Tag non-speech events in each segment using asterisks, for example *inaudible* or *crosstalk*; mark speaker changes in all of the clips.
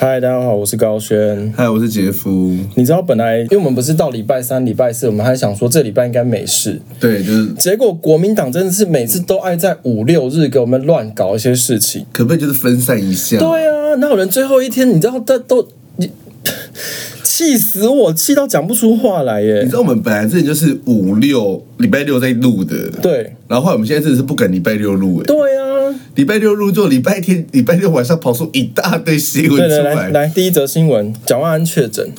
Speaker 1: 嗨，大家好，我是高轩。
Speaker 2: 嗨，我是杰夫。
Speaker 1: 你知道本来因为我们不是到礼拜三、礼拜四，我们还想说这礼拜应该没事，
Speaker 2: 对，就是
Speaker 1: 结果国民党真的是每次都爱在五六日给我们乱搞一些事情。
Speaker 2: 可不可以就是分散一下？
Speaker 1: 对啊，哪有人最后一天你知道都都你气死我，气到讲不出话来耶
Speaker 2: 你知。道我们本来这里就是五六礼拜六在录的，
Speaker 1: 对
Speaker 2: 然后后来我们现在真的是不敢礼拜六录，哎，
Speaker 1: 对啊，
Speaker 2: 礼拜六录就礼拜天、礼拜六晚上跑出一大堆新闻
Speaker 1: 对
Speaker 2: 出
Speaker 1: 对来
Speaker 2: 来。哎，
Speaker 1: 来，第一则新闻，蒋万安确诊，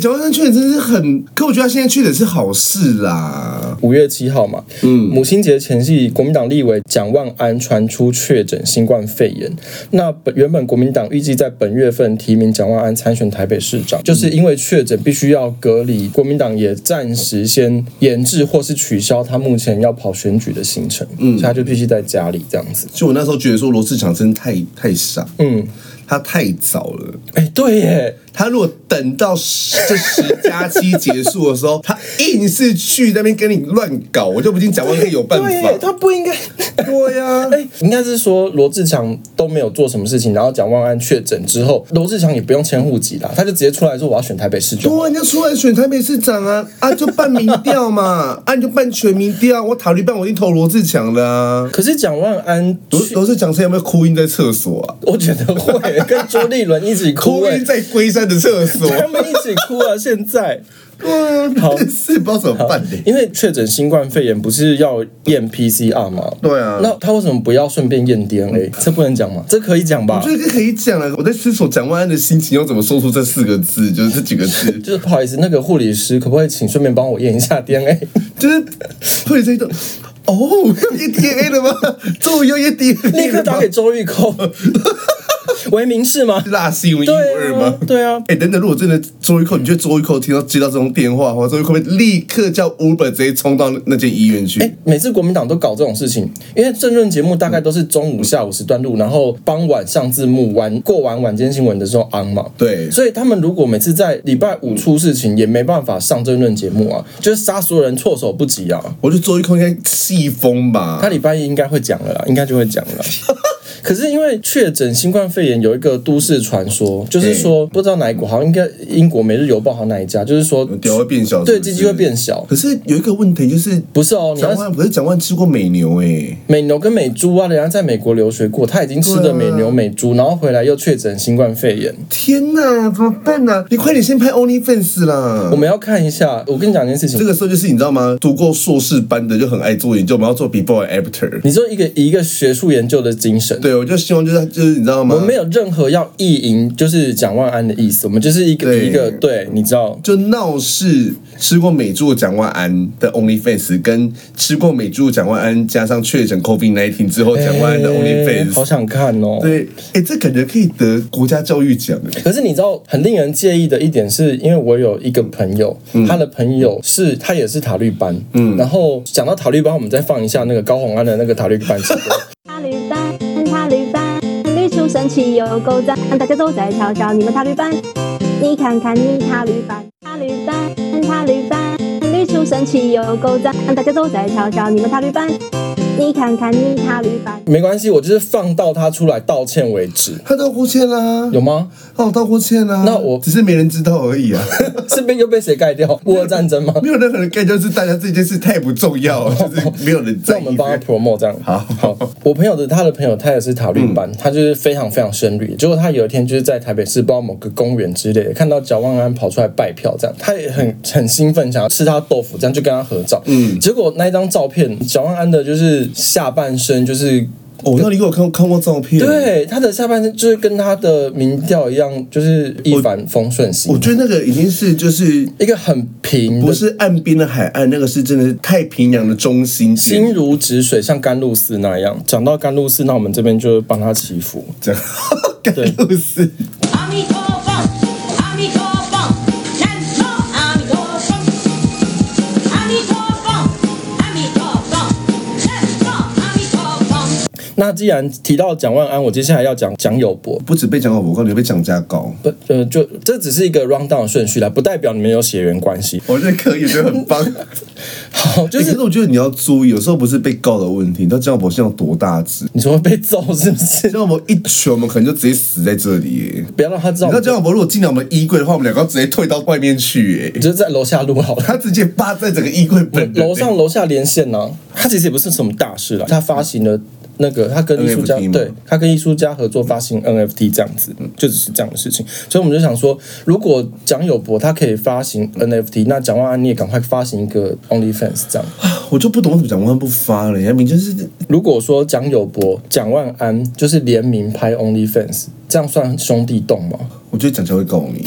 Speaker 2: 蒋万安确诊真的是很，可我觉得他现在确诊是好事啦。
Speaker 1: 五月七号嘛，嗯，母亲节前夕，国民党立委蒋万安传出确诊新冠肺炎。那本原本国民党预计在本月份提名蒋万安参选台北市长，就是因为确诊必须要隔离，国民党也暂时先延至或是取消他目前要跑选举的行程，嗯，所以他就必须在家里这样子。
Speaker 2: 就我那时候觉得说罗志祥真的太太傻，
Speaker 1: 嗯，
Speaker 2: 他太早了。
Speaker 1: 哎、对耶，
Speaker 2: 他如果等到十这十加七结束的时候，他硬是去那边跟你乱搞，我就不信蒋万安有办
Speaker 1: 对耶，
Speaker 2: 法。
Speaker 1: 他不应该。 *laughs*
Speaker 2: 对呀、
Speaker 1: 哎、应该是说罗志强都没有做什么事情，然后蒋万安确诊之后，罗志强也不用迁户籍啦，他就直接出来说我要选台北市就好。
Speaker 2: 对啊，你要出来选台北市长啊，啊就办民调嘛， *laughs* 啊你就办全民调，我塔利班我已经投罗志强了啊。
Speaker 1: 可是蒋万安
Speaker 2: 罗
Speaker 1: 去，
Speaker 2: 罗志强现在有没有哭晕在厕所啊？
Speaker 1: 我觉得会跟朱立伦一起哭、
Speaker 2: *laughs* 哭哦
Speaker 1: 欸
Speaker 2: 晕，在龟山的
Speaker 1: *laughs*
Speaker 2: 厕所。
Speaker 1: 他们一起哭啊！现在，
Speaker 2: 对啊，
Speaker 1: 好
Speaker 2: 真 *laughs* 是不知道怎么办呢、
Speaker 1: 因为确诊新冠肺炎不是要验 PCR 吗？
Speaker 2: 对啊
Speaker 1: 那他为什么不要顺便验 DNA？这不能讲吗？这可以讲吧
Speaker 2: 我？觉得可以讲啊了，我在思索蒋万安的心情要怎么说出这四个字，就是这几个字， *laughs*
Speaker 1: 就是不好意思，那个护理师可不可以请顺便帮我验一下 DNA？
Speaker 2: *laughs* 就是会这一段。哦，要验 DNA 了吗？ *laughs* 终于要验 DNA
Speaker 1: 立刻打给周玉
Speaker 2: *laughs*
Speaker 1: 蔻，为民是吗？
Speaker 2: 辣新闻一五
Speaker 1: 对
Speaker 2: 二
Speaker 1: 啊
Speaker 2: 吗？，
Speaker 1: 对啊，
Speaker 2: 哎、等等，如果真的周玉蔻，你觉得周玉蔻听到接到这种电话，或者周玉蔻会立刻叫 Uber 直接冲到那间医院去？
Speaker 1: 哎、每次国民党都搞这种事情，因为政论节目大概都是中午、下午时段录，然后傍晚上字幕，完过完晚间新闻的时候昂嘛。
Speaker 2: 对
Speaker 1: 所以他们如果每次在礼拜五出事情，也没办法上政论节目啊，就是杀所有人措手不及啊。
Speaker 2: 我觉得周玉蔻应该气疯吧
Speaker 1: 他。礼拜一应该会讲了啦，应该就会讲了。可是因为确诊新冠肺炎有一个都市传说，就是说不知道哪一国，好像应该英国《每日邮报》好像哪一家，就是说
Speaker 2: 屌会变小，
Speaker 1: 对
Speaker 2: 是不
Speaker 1: 鸡
Speaker 2: 是
Speaker 1: 鸡会。变小。
Speaker 2: 可是有一个问题就是，
Speaker 1: 不是哦，你要
Speaker 2: 蒋万可是蒋万吃过美牛哎、
Speaker 1: 美牛跟美猪啊，人家在美国留学过，他已经吃了美牛、美猪，然后回来又确诊新冠肺炎。
Speaker 2: 天哪，怎么办呢、你快点先拍 OnlyFans 啦
Speaker 1: 我！们要看一下，我跟你讲一件事
Speaker 2: 这
Speaker 1: 情，
Speaker 2: 个时候就是你知道吗？读过硕士班的就很爱做研究，我们要做 before and after。
Speaker 1: 你说一个以一个学术研究的精神，
Speaker 2: 对，我就希望就是就是你知道吗？
Speaker 1: 我们没有任何要意淫，就是蒋万安的意思，我们就是一个
Speaker 2: 对
Speaker 1: 一个对，你知道。
Speaker 2: 就闹事吃过美猪的蒋万安的 OnlyFans，跟吃过美猪的蒋万安加上确诊 COVID 1 9之后蒋万安的
Speaker 1: 哎
Speaker 2: OnlyFans，、
Speaker 1: 好想看哦。
Speaker 2: 对，哎、这感觉可以得国家教育奖哎。
Speaker 1: 可是你知道，很令人介意的一点是，因为我有一个朋友，
Speaker 2: 嗯
Speaker 1: 他的朋友是他也是塔利班，嗯，然后讲到塔利班，我们再放一下那个高洪安的那个塔利班情歌。
Speaker 3: 塔绿班，塔绿班，绿树神奇又够赞，大家都在嘲笑你们塔绿班。你看看你塔绿班，塔绿班，塔绿班，绿树神奇又够赞，大家都在嘲笑你们塔绿班。你看看你塔绿班。
Speaker 1: 没关系，我就是放到他出来道歉为止，
Speaker 2: 他道过歉啦、哦
Speaker 1: 有吗？
Speaker 2: 他有道过歉啦、
Speaker 1: 那我
Speaker 2: 只是没人知道而已啊， *laughs*
Speaker 1: 是被又被谁盖掉？乌俄战争吗？
Speaker 2: 没有任何人 get，就是大家这件事太不重
Speaker 1: *laughs*
Speaker 2: 要，就是没有人
Speaker 1: 那我
Speaker 2: 在意。
Speaker 1: 们帮他 promo 这样。
Speaker 2: 好嗯
Speaker 1: 好，我朋友的他的朋友，他也是塔利班，他就是非常非常深绿。结果他有一天就是在台北市，不知道某个公园之类的，看到蒋万安跑出来拜票，这样他也很很兴奋，想要吃他豆腐，这样就跟他合照。嗯，结果那一张照片，蒋万安的就是下半身就是。
Speaker 2: 哦，那你给我看看过照片？，
Speaker 1: 对，他的下半身就是跟他的民调一样，就是一帆风顺型
Speaker 2: 我，觉得那个已经是就是。
Speaker 1: 一个很平的
Speaker 2: 不是岸边的海岸，那个是真的是太平洋的中心点
Speaker 1: 心如止水，像甘露寺那样。讲到甘露寺，那我们这边就帮他祈福。
Speaker 2: 这样， *laughs* 甘露寺。
Speaker 4: 阿弥陀佛，阿弥陀佛，南无阿弥陀佛，阿弥陀佛，阿弥陀佛，南无阿弥陀佛。
Speaker 1: 那既然提到蒋万安，我接下来要讲蒋友柏。
Speaker 2: 不止被蒋友柏告，你会被蒋家告。
Speaker 1: 不，呃，就这只是一个 round down 顺序啦，不代表你们有血缘关系。
Speaker 2: 我这可以，觉得很棒。
Speaker 1: 好， *laughs* 就
Speaker 2: 就是是我觉得你要注意，有时候不是被告的问题，你知道蒋友柏现在有多大只？
Speaker 1: 你说被揍是不是？
Speaker 2: 蒋友柏一拳，我们可能就直接死在这里耶。
Speaker 1: 不要让他知道
Speaker 2: 你知道，蒋友柏如果进了我们衣柜的话，我们两个要直接退到外面去耶
Speaker 1: 你。就在楼下录好了。
Speaker 2: 他直接扒在整个衣柜本人耶
Speaker 1: *laughs* 楼上楼下连线呢、他其实也不是什么大事了。他发行了那个，他跟艺术家
Speaker 2: NFT 吗
Speaker 1: 对，他跟艺术家合作发行 NFT 这样子，就只是这样的事情。所以我们就想说，如果蒋友柏他可以发行 NFT，那蒋万安你也赶快发行一个 OnlyFans 这样。
Speaker 2: 我就不懂为什么蒋万安不发了，人家明就是
Speaker 1: 如果说蒋友柏、蒋万安就是联名拍 OnlyFans，这样算兄弟洞吗？
Speaker 2: 我觉得蒋家会告
Speaker 1: *laughs*
Speaker 2: 你。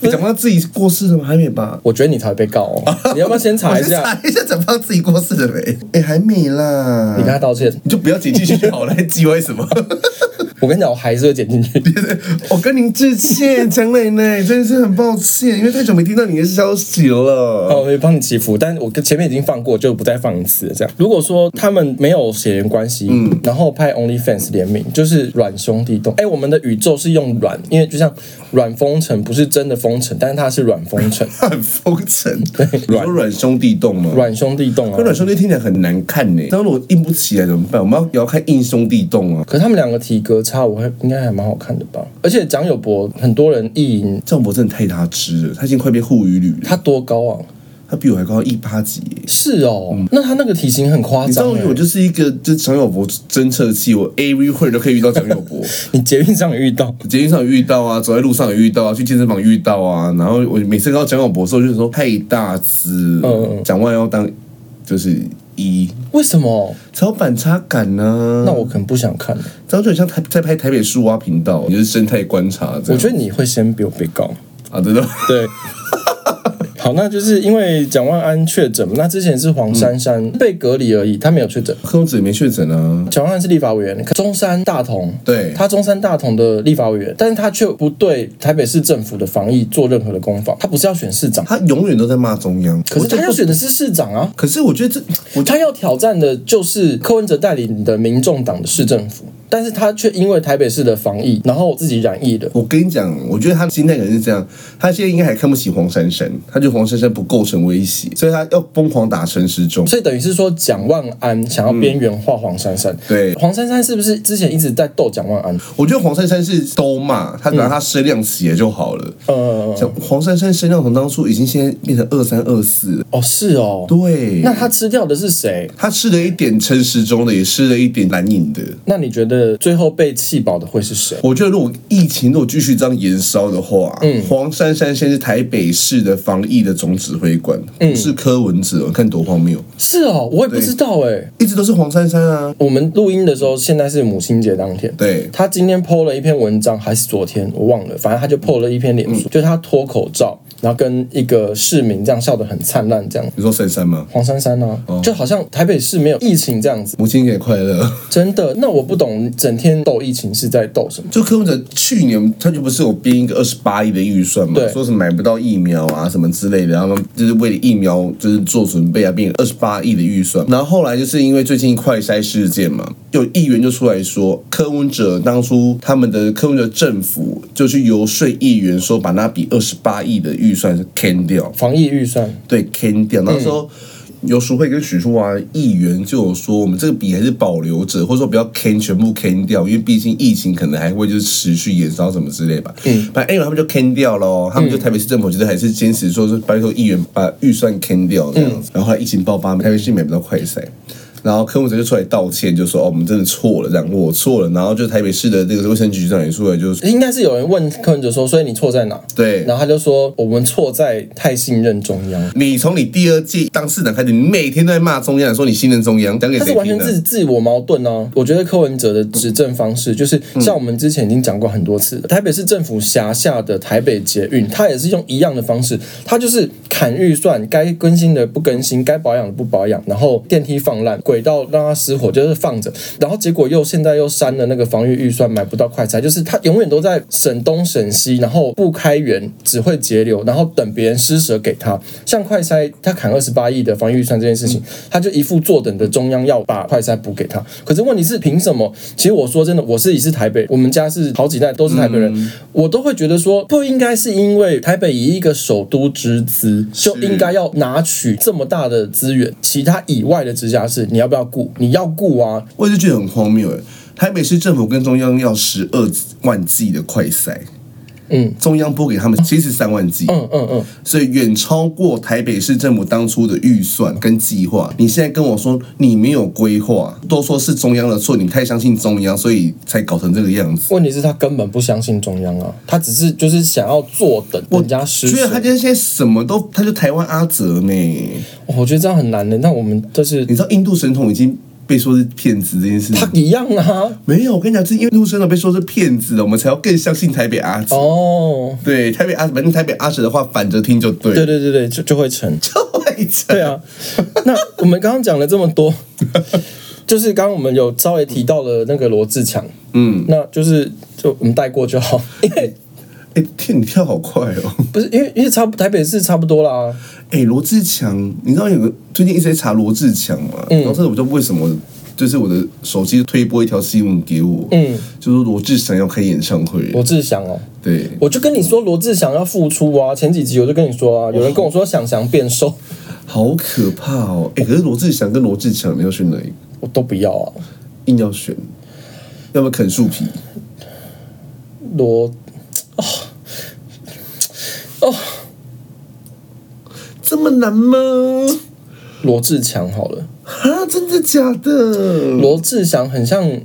Speaker 2: 你蒋方自己过世了吗？还没吧？
Speaker 1: 我觉得你才会被告
Speaker 2: *laughs*
Speaker 1: 哦。你要不要先查一
Speaker 2: 我
Speaker 1: 下？
Speaker 2: 先查一下蒋方自己过世了没？哎、还没啦。
Speaker 1: 你跟他道歉。
Speaker 2: 你就不要剪进去就好了，还叽歪什么？
Speaker 1: 我跟你讲，我还是会剪进去。
Speaker 2: *laughs* 我跟您致歉，蒋奶奶，真的是很抱歉，因为太久没听到你的消息了。
Speaker 1: 哦，我也帮你祈福，但我跟前面已经放过，就不再放一次了这样。如果说他们没有血缘关系，嗯，然后拍 OnlyFans 联名，就是软兄弟洞。哎，我们的宇宙是用软，因为就像软封城不是真的封城，但是它是软封城，
Speaker 2: 他很风尘，你说软兄弟洞吗？
Speaker 1: 软兄弟洞
Speaker 2: 跟
Speaker 1: 啊
Speaker 2: 软。兄弟听起来很难看呢、但如果硬不起来怎么办？我们要也要看硬兄弟洞啊。
Speaker 1: 可是他们两个体格差，我还应该还蛮好看的吧？而且蒋友柏，很多人意淫，
Speaker 2: 赵博真的太他知了，他已经快变护鱼女了，
Speaker 1: 他多高啊？
Speaker 2: 他比我还高一八几耶、
Speaker 1: 是哦，那他那个体型很夸
Speaker 2: 嗯你知道
Speaker 1: 张、
Speaker 2: 我
Speaker 1: 欸。
Speaker 2: 我就是一个就是蒋友柏侦测器，我 every 会都可以遇到蒋友柏，
Speaker 1: 你捷运上也遇到，
Speaker 2: 捷运上也遇到啊，走在路上也遇到啊，去健身房也遇到啊，然后我每次看到蒋友柏的时候，就是说太大只
Speaker 1: 嗯嗯
Speaker 2: 了，蒋万要当就是一，
Speaker 1: 为什么？
Speaker 2: 才有反差感呢、
Speaker 1: 那我可能不想看了。
Speaker 2: 这样就很像台在拍台北树蛙频道，你就是生态观察这
Speaker 1: 我
Speaker 2: 样。
Speaker 1: 觉得你会先比我被告。
Speaker 2: 啊，真的。
Speaker 1: 对。 *laughs* 好，那就是因为蒋万安确诊嘛，那之前是黄珊珊
Speaker 2: 嗯
Speaker 1: 被隔离而已，她没有确诊。
Speaker 2: 柯文哲也没确诊啊，
Speaker 1: 蒋万安是立法委员，中山大同，
Speaker 2: 对
Speaker 1: 他中山大同的立法委员，但是他却不对台北市政府的防疫做任何的攻防，他不是要选市长，
Speaker 2: 他永远都在骂中央。
Speaker 1: 可是他
Speaker 2: 我
Speaker 1: 要
Speaker 2: 就不
Speaker 1: 选的是市长啊，
Speaker 2: 可是我觉得这，我
Speaker 1: 他要挑战的就是柯文哲带领的民众党的市政府，但是他却因为台北市的防疫，然后自己染疫了。
Speaker 2: 我跟你讲，我觉得他的心态可能是这样，他现在应该还看不起黄珊珊，他觉得黄珊珊不构成威胁，所以他要疯狂打陈时中。
Speaker 1: 所以等于是说，蒋万安想要边缘化黄珊珊、
Speaker 2: 对
Speaker 1: 黄珊珊是不是之前一直在斗蒋万安？
Speaker 2: 我觉得黄珊珊是都骂，他拿他声量起来就好了。
Speaker 1: 呃，
Speaker 2: 像黄珊珊声量从当初已经现在变成二三二四了，
Speaker 1: 哦，是哦。
Speaker 2: 对，
Speaker 1: 那他吃掉的是谁？
Speaker 2: 他吃了一点陈时中的，也吃了一点蓝影的。
Speaker 1: 那你觉得最后被气饱的会是谁？
Speaker 2: 我觉得，如果疫情如果继续这样延烧的话，嗯，黄珊珊现在是台北市的防疫的总指挥官，嗯，是柯文哲，看多荒谬，
Speaker 1: 是哦，我也不
Speaker 2: 对
Speaker 1: 知道哎。
Speaker 2: 一直都是黄珊珊啊，
Speaker 1: 我们录音的时候，现在是母亲节当天。
Speaker 2: 对
Speaker 1: 他今天 PO 了一篇文章，还是昨天我忘了，反正他就 PO 了一篇脸
Speaker 2: 嗯
Speaker 1: 书，就是他脱口罩，然后跟一个市民这样笑得很灿烂，这样。
Speaker 2: 你说珊珊吗？
Speaker 1: 黄珊珊呢、
Speaker 2: 哦
Speaker 1: 啊，就好像台北市没有疫情这样子，
Speaker 2: 母亲节快乐！
Speaker 1: 真的。那我不懂，整天斗疫情是在斗什么？
Speaker 2: 就柯文哲去年他就不是有编一个二十八亿的预算嘛
Speaker 1: 对，
Speaker 2: 说是买不到疫苗啊什么之类的，然后就是为了疫苗就是做准备啊，编二十八亿的预算。然后后来就是因为最近快筛事件嘛，有议员就出来说，柯文哲当初他们的柯文哲政府就去游说议员说把那笔二十八亿的预算 can 掉，
Speaker 1: 防疫预算
Speaker 2: 对 can
Speaker 1: 嗯
Speaker 2: 掉，那时候。游淑慧跟许淑华议员就有说，我们这个笔还是保留着，或者说不要 can 全部 can 掉，因为毕竟疫情可能还会就是持续延烧什么之类吧。嗯，反正 anyway 他们就 can 掉咯，他
Speaker 1: 嗯
Speaker 2: 们就台北市政府其实还是坚持说是拜托议员把预算 can 掉这样
Speaker 1: 嗯
Speaker 2: 子。然后后来疫情爆发，台北市买不到快塞。然后柯文哲就出来道歉，就说哦，我们真的错了，这样我错了。然后就台北市的这个卫生局局长也出来就说，
Speaker 1: 应该是有人问柯文哲说，所以你错在哪？
Speaker 2: 对
Speaker 1: 嗯然后他就说我们错在太信任中央，
Speaker 2: 你从你第二届当市长开始，你每天都在骂中央，说你信任中央，讲给
Speaker 1: 他是
Speaker 2: 谁
Speaker 1: 完
Speaker 2: 听
Speaker 1: 全
Speaker 2: 呢？
Speaker 1: 自自我矛盾哦、我觉得柯文哲的执政方式就是
Speaker 2: 嗯
Speaker 1: 像我们之前已经讲过很多次了，台北市政府辖下的台北捷运，他也是用一样的方式，他就是砍预算，该更新的不更新，该保养的不保养，然后电梯放烂，轨道让它失火，就是放着，然后结果又现在又删了那个防御预算，买不到快拆，就是它永远都在省东省西，然后不开源，只会节流，然后等别人施舍给他。像快拆，他砍二十八亿的防御预算这件事
Speaker 2: 嗯
Speaker 1: 情，他就一副坐等的中央要把快拆补给他。可是问题是，凭什么？其实我说真的，我自己是台北，我们家是好几代都是台北人，
Speaker 2: 嗯
Speaker 1: 我都会觉得说，不应该是因为台北以一个首都之资，就应该要拿取这么大的资源，其他以外的直辖市，你要不要顾？你要顾啊，
Speaker 2: 我就觉得很荒谬哎。台北市政府跟中央要十二万剂的快筛，
Speaker 1: 嗯
Speaker 2: 中央拨给他们七十三万剂，
Speaker 1: 嗯嗯嗯，
Speaker 2: 所以远超过台北市政府当初的预算跟计划。你现在跟我说你没有规划，都说是中央的错，你太相信中央，所以才搞成这个样子。
Speaker 1: 问题是他根本不相信中央啊，他只是就是想要坐等人家施
Speaker 2: 觉
Speaker 1: 舍
Speaker 2: 得。他今天现在什么都，他就台湾阿哲呢？
Speaker 1: 哦我觉得这样很难的。那我们就是
Speaker 2: 你知道印度神童已经被说是骗子这件事
Speaker 1: 他
Speaker 2: 情。
Speaker 1: 一样啊。
Speaker 2: 没有，我跟你讲，是因为印度神童被说是骗子了，我们才要更相信台北阿哲。
Speaker 1: 哦，
Speaker 2: 对，台北阿反正台北阿哲的话反着听就对，
Speaker 1: 对对对对，就就会成。
Speaker 2: *laughs* 对
Speaker 1: 对，啊，那我们刚刚讲了这么多， *laughs* 就是刚刚我们有稍微提到了那个罗志强，
Speaker 2: 嗯，
Speaker 1: 那就是就我们带过就好， *laughs* 因为
Speaker 2: 哎、天，你跳好快哦。
Speaker 1: 不是因为因为差不台北市差不多啦，
Speaker 2: 哎、罗志强，你知道有个最近一直在查罗志强嘛？
Speaker 1: 嗯
Speaker 2: 然后这我不知道为什么，就是我的手机推播一条新闻给我，
Speaker 1: 嗯，
Speaker 2: 就说罗志祥要开演唱会，
Speaker 1: 罗志祥哦。
Speaker 2: 对，
Speaker 1: 我就跟你说，罗志祥要复出啊！前几集我就跟你说啊，有人跟我说想想变瘦，
Speaker 2: 好可怕哦。哎、可是罗志祥跟罗志强，你要选哪一个？
Speaker 1: 我都不要啊。
Speaker 2: 硬要选，要不要啃树皮？
Speaker 1: 罗哦
Speaker 2: 这么难吗？
Speaker 1: 罗志强好了，
Speaker 2: 啊，真的假的？
Speaker 1: 罗志祥很像， *laughs* 你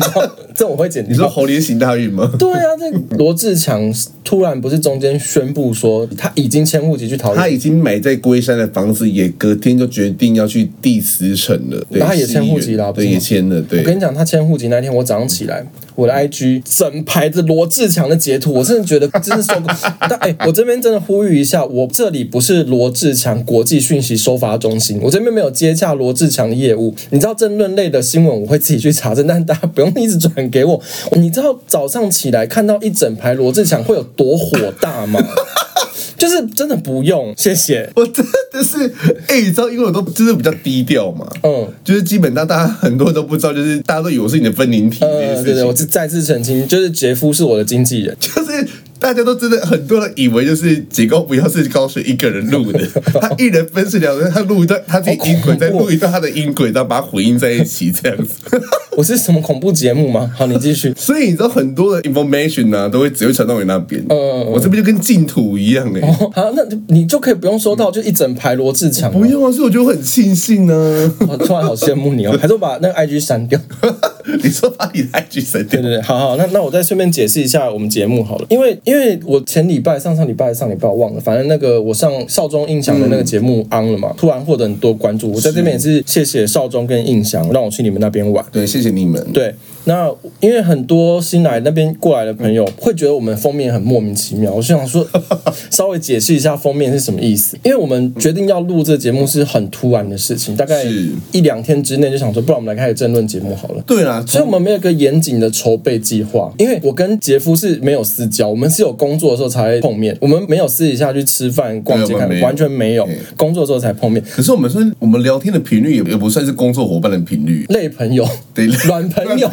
Speaker 1: 知道这我会剪
Speaker 2: 你说
Speaker 1: 掉。
Speaker 2: 猴年行大运吗？
Speaker 1: 对啊，这罗志强突然不是中间宣布说他已经迁户籍去桃
Speaker 2: 他
Speaker 1: 园，
Speaker 2: 已经买在龟山的房子，也隔天就决定要去第十城了。对
Speaker 1: 那他也
Speaker 2: 市
Speaker 1: 迁
Speaker 2: 议
Speaker 1: 户
Speaker 2: 员
Speaker 1: 籍啦不
Speaker 2: 对，
Speaker 1: 是
Speaker 2: 也
Speaker 1: 吗
Speaker 2: 签了。对，嗯
Speaker 1: 我跟你讲，他迁户籍那天，我早上起来，我的 IG 整排的罗志强的截图，我真的觉得真是受够。 *laughs* 但哎、我这边真的呼吁一下，我这里不是罗志强国际讯息收发中心，我这边没有接洽罗志强的业务。你知道政论类的新闻我会自己去查证，但大家不用一直转给我。 *laughs* 你知道早上起来看到一整排罗志强会有多火大
Speaker 2: *laughs*
Speaker 1: 吗？就是真的不用，谢谢。
Speaker 2: *laughs* 我真的是，哎、你知道，因为我都就是比较低调嘛，
Speaker 1: 嗯，
Speaker 2: 就是基本上大家很多人都不知道，就是大家都以为是你的分灵体这件
Speaker 1: 呃，
Speaker 2: 事情，
Speaker 1: 对对，我是再次澄清，就是杰夫是我的经纪人。
Speaker 2: *laughs* 就是大家都真的很多人以为就是警告不要是高水一个人
Speaker 1: *laughs*
Speaker 2: 录的，他一人分饰两人，他录一段他自己音轨，再录一段他的音轨，然后把它混音在一起这样子。。
Speaker 1: 我是什么恐怖节目吗？好，你继续
Speaker 2: 所以你知道很多的 information 呢、都会只会传到你那边。
Speaker 1: 嗯嗯哦
Speaker 2: 我这边就跟净土一样哎、
Speaker 1: *laughs* 好，那你就可以不用收到，就一整排罗志强。 *laughs*
Speaker 2: 不，用啊，所以我觉得我很庆幸啊呢、
Speaker 1: 我突然好羡慕你哦。还是我把那个 IG 删掉？
Speaker 2: *laughs* 你说把你的 IG 删掉
Speaker 1: *laughs* 对，对对，好好，那那我再顺便解释一下我们节目好了，因为因为我前礼拜、上上礼拜、上礼拜我忘了，反正那个我上少中印象的那个节目 on 了嘛，突然获得很多关注。我在这边也是谢谢少中跟印象，让我去你们那边玩。
Speaker 2: 对，谢谢你们。
Speaker 1: 对，那因为很多新来那边过来的朋友会觉得我们封面很莫名其妙，我就想
Speaker 2: *laughs*
Speaker 1: 说稍微解释一下封面是什么意思，因为我们决定要录这节目是很突然的事情，大概
Speaker 2: 是
Speaker 1: 一两天之内就想说，不然我们来开个争论节目好了。
Speaker 2: 对啦，
Speaker 1: 所以我们没有一个严谨的筹备计划，因为我跟杰夫是没有私交，我们是有工作的时候才会碰面，我们没有私底下去吃饭、逛街
Speaker 2: 对我
Speaker 1: 看
Speaker 2: 们没，有
Speaker 1: 完全没有
Speaker 2: 嗯，
Speaker 1: 工作的时候才碰面，
Speaker 2: 可是我们说，我们聊天的频率也也不算是工作伙伴的频率，
Speaker 1: 累朋友
Speaker 2: 对，
Speaker 1: *laughs* 软朋友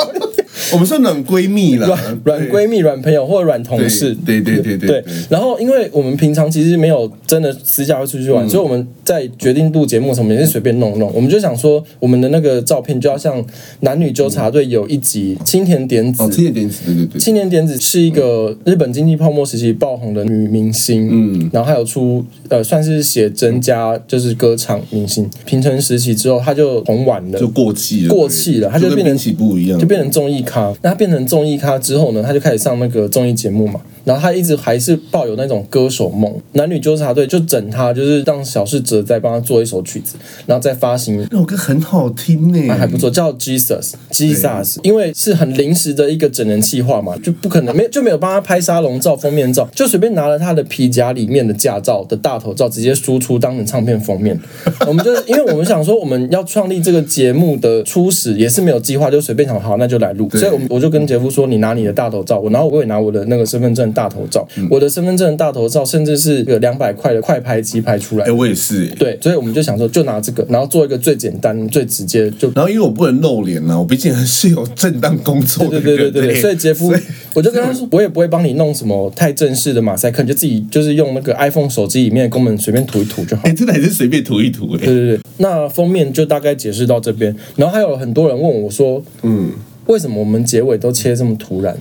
Speaker 1: *laughs*
Speaker 2: 我们算软闺蜜啦，
Speaker 1: 软软闺蜜、软朋友或者软同事，
Speaker 2: 对对对对对
Speaker 1: 对。然后，因为我们平常其实没有真的私下会出去玩，
Speaker 2: 嗯
Speaker 1: 所以我们在决定录节目什么也是随便弄弄。我们就想说，我们的那个照片就要像男女纠察队有一集青田典子
Speaker 2: 哦，。青年点子，对对对，
Speaker 1: 青田典子是一个日本经济泡沫时期爆红的女明星，嗯，然后还有出呃算是写真加就是歌唱明星。平成时期之后，她就红完了，
Speaker 2: 就过气了，
Speaker 1: 过气了，他
Speaker 2: 就
Speaker 1: 就变
Speaker 2: 跟
Speaker 1: 成
Speaker 2: 冰崎不一样，
Speaker 1: 就变成综艺咖。那他变成综艺咖之后呢，他就开始上那个综艺节目嘛。然后他一直还是抱有那种歌手梦。男女纠察队就整他，就是让小世哲再帮他做一首曲子，然后再发行
Speaker 2: 那首歌很好听欸呢、
Speaker 1: 那还不错，叫 Jesus Jesus，因为是很临时的一个整人计划嘛，就不可能没就没有帮他拍沙龙照、封面照，就随便拿了他的皮夹里面的驾照的大头照，直接输出当成唱片封
Speaker 2: *laughs*
Speaker 1: 面。我们就是因为我们想说我们要创立这个节目的初始也是没有计划，就随便想好那就来录，
Speaker 2: 对
Speaker 1: 所以我们我就跟杰夫说，你拿你的大头照，我然后我也拿我的那个身份证大头照，
Speaker 2: 嗯
Speaker 1: 我的身份证大头照甚至是有两百块的快拍机拍出来
Speaker 2: 哎、。我也是、哎
Speaker 1: 对，所以我们就想说，就拿这个，然后做一个最简单、最直接，就
Speaker 2: 然后因为我不能露脸呐、啊我毕竟是有正当工作的
Speaker 1: 对对对
Speaker 2: 人，
Speaker 1: 对对，所以杰夫
Speaker 2: 所以，
Speaker 1: 我就跟他说，我也不会帮你弄什么太正式的马赛克，你就自己就是用那个 iPhone 手机里面的功能随便涂一涂就好
Speaker 2: 哎、。真的还是随便涂一
Speaker 1: 对
Speaker 2: 涂、哎，
Speaker 1: 对对，那封面就大概解释到这边，然后还有很多人问我说，
Speaker 2: 嗯，
Speaker 1: 为什么我们结尾都切这么突然？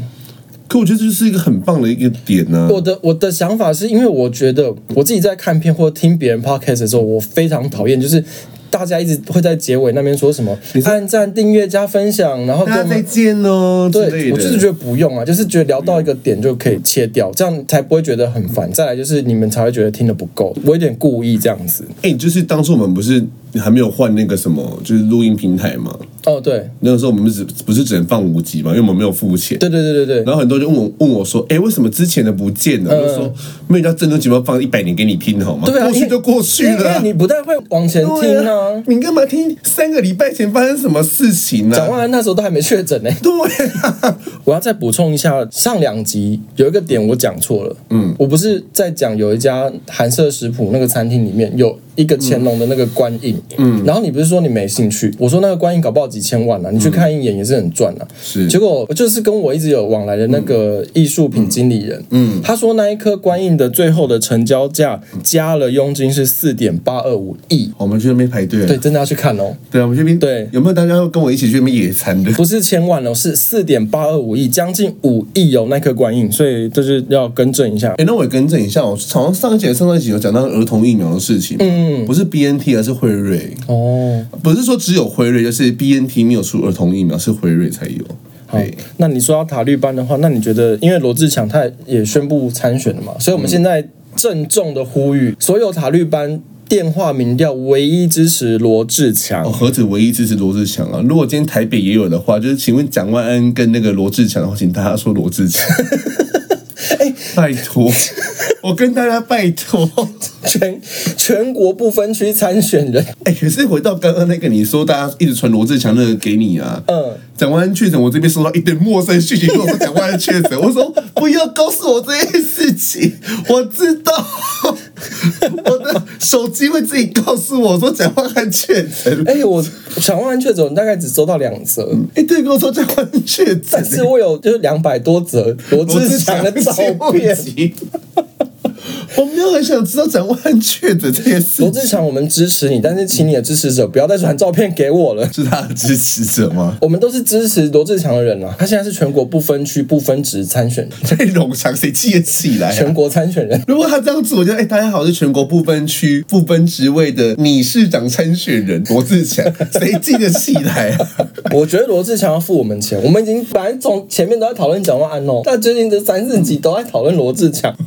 Speaker 2: 可我觉得这就是一个很棒的一个点啊呢、
Speaker 1: 我的我的想法是因为我觉得我自己在看片或听别人 podcast 的时候，我非常讨厌就是。大家一直会在结尾那边说什么按赞、订阅、加分享，然后跟
Speaker 2: 大
Speaker 1: 我
Speaker 2: 家
Speaker 1: 们
Speaker 2: 再见哦，之类
Speaker 1: 对，
Speaker 2: 的
Speaker 1: 我就是觉得不用啊，就是觉得聊到一个点就可以切掉，这样才不会觉得很烦。再来就是你们才会觉得听的不够，我有点故意这样子。
Speaker 2: 哎、就是当初我们不是还没有换那个什么，就是录音平台嘛，
Speaker 1: 哦，对，
Speaker 2: 那个时候我们只不是只能放五集嘛，因为我们没有付钱。
Speaker 1: 对对对对对，
Speaker 2: 然后很多人就问我问我说：“哎，为什么之前的不见啊了？”我就说：“没有叫正宗节目放一百年给你听好吗？
Speaker 1: 嗯对啊，
Speaker 2: 过
Speaker 1: 因
Speaker 2: 去
Speaker 1: 为
Speaker 2: 就过去
Speaker 1: 因为
Speaker 2: 了啊。
Speaker 1: 因”为你不太会往前听
Speaker 2: 对
Speaker 1: 啊。
Speaker 2: 你干嘛听三个礼拜前发生什么事情呢、啊
Speaker 1: 蒋万安那时候都还没确诊呢、
Speaker 2: 对啊，
Speaker 1: 我要再补充一下，上两集有一个点我讲错了，嗯，我不是在讲有一家韩舍食谱那个餐厅里面有一个乾隆的那个官印，嗯，然后你不是说你没兴趣，我说那个官印搞不好几千万啊，你去看一眼也是很赚啊，
Speaker 2: 是
Speaker 1: 结果就是跟我一直有往来的那个艺术品经理人，嗯，他说那一颗官印的最后的成交价加了佣金是四点八二五亿，
Speaker 2: 我们去那边排队了。
Speaker 1: 对，真的要去看哦，
Speaker 2: 对啊，我们去那边
Speaker 1: 对
Speaker 2: 有没有大家要跟我一起去那边野餐的？
Speaker 1: 不是千万哦，是四点八二五亿，将近五亿哦，那颗观音，所以这是要更正一下。
Speaker 2: 哎，那我也更正一下，我好像上一集、上上一集有讲到儿童疫苗的事情，嗯，不是 B N T，而是辉瑞，
Speaker 1: 哦，
Speaker 2: 不是说只有辉瑞，就是 B N T 没有出儿童疫苗，是辉瑞才有。
Speaker 1: 好
Speaker 2: 对，
Speaker 1: 那你说到塔利班的话，那你觉得，因为罗志祥他也宣布参选了嘛，所以我们现在郑重的呼吁所有塔利班电话民调唯一支持罗志祥。 *laughs*
Speaker 2: 哦，何止唯一支持罗志祥啊！如果今天台北也有的话，就是请问蒋万安跟那个罗志祥的话，请大家说罗
Speaker 1: *laughs*
Speaker 2: 志祥。
Speaker 1: 哎
Speaker 2: 拜托，我跟大家拜托。
Speaker 1: 全全国不分区参选人，
Speaker 2: 哎、可是回到刚刚那个，你说大家一直传罗志祥那个给你啊，
Speaker 1: 嗯，
Speaker 2: 蒋万安确诊，我这边收到一堆陌生讯息，跟我说蒋万安确诊，我说不要告诉我这件事情，我知道， *laughs* 我的手机会自己告诉我说蒋万安确诊。
Speaker 1: 哎、我想万确诊大概只收到两则，
Speaker 2: 哎、对，跟我说蒋万安确诊，
Speaker 1: 但是我有就是两百多则罗志祥的照片，
Speaker 2: 我没有很想知道蒋万确诊这件事
Speaker 1: 罗志祥，我们支持你，但是请你的支持者不要再传照片给我了。
Speaker 2: 是他的支持者吗？
Speaker 1: *laughs* 我们都是支持罗志祥的人啊，他现在是全国不分区、不分职参选，
Speaker 2: 被冗长，谁记得起来、
Speaker 1: 全
Speaker 2: 啊？
Speaker 1: 国参选人。
Speaker 2: 如果他这样子，我觉得哎、大家好，我是全国不分区不分职位的理事长参选人罗志强，谁记得起来啊？
Speaker 1: 我觉得罗志祥要付我们钱，我们已经本来从前面都在讨论蒋万安哦，但最近这三四集都在讨论罗志祥。 *laughs*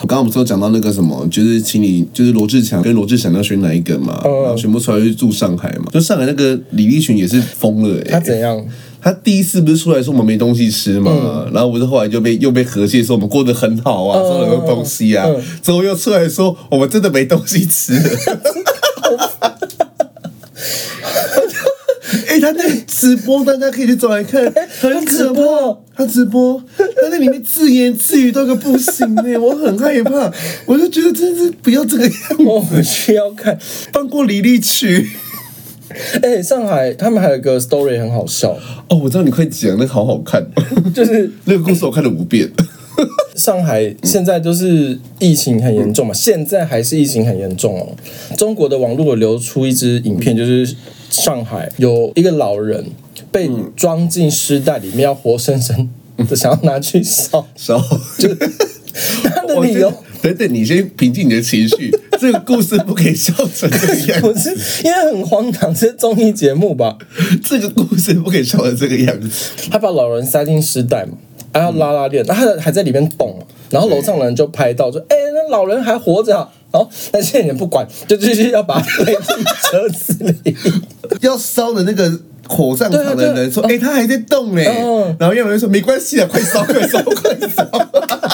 Speaker 2: 我刚刚不是有讲到那个什么，就是请你，就是罗志强跟罗志祥要选哪一个嘛？然后全部出来就住上海嘛，就上海那个李立群也是疯了、欸，
Speaker 1: 他怎样？
Speaker 2: 他第一次不是出来说我们没东西吃嘛，然后不是后来就被又被和谐说我们过得很好啊，说很多东西啊，之后又出来说我们真的没东西吃了。 *laughs* 哎、他那个直播，大家可以去找来看，很可怕。他直播，他在里面自言自语到个不行呢、 *laughs* 我很害怕，我就觉得真是不要这个样子，
Speaker 1: 我回去要看。
Speaker 2: 放过李立群。
Speaker 1: 哎、上海他们还有一个 story 很好笑，
Speaker 2: 哦，我知道你快讲，那个好好看，
Speaker 1: 就是
Speaker 2: *laughs* 那个故事我看了五遍。
Speaker 1: 上海现在就是疫情很严重嘛，现在还是疫情很严重哦。中国的网络有流出一支影片，就是上海有一个老人被装进尸袋里面，要活生生的想要拿去烧，
Speaker 2: 稍后 *laughs*
Speaker 1: 就他的理由。 *laughs*
Speaker 2: 等等，你先平静你的情 *laughs* 绪。这个故事不可以笑成这个 *laughs* 样
Speaker 1: 不
Speaker 2: 子，
Speaker 1: 是因为很荒唐，这是综艺节目吧？
Speaker 2: 这个故事不可以笑成这个样子。
Speaker 1: 他把老人塞进尸袋嘛，还要拉拉链，然后他还在里面动，然后楼上的人就拍到，说：“哎、那老人还活着、啊。”然后那些人不管，就继续要把他推进车子里。
Speaker 2: 要烧的那个火葬场的
Speaker 1: 对啊对啊
Speaker 2: 人说：“哎、他还在动嘞、
Speaker 1: 嗯
Speaker 2: 然后要有人说：“没关系啊，快烧，快烧，快烧。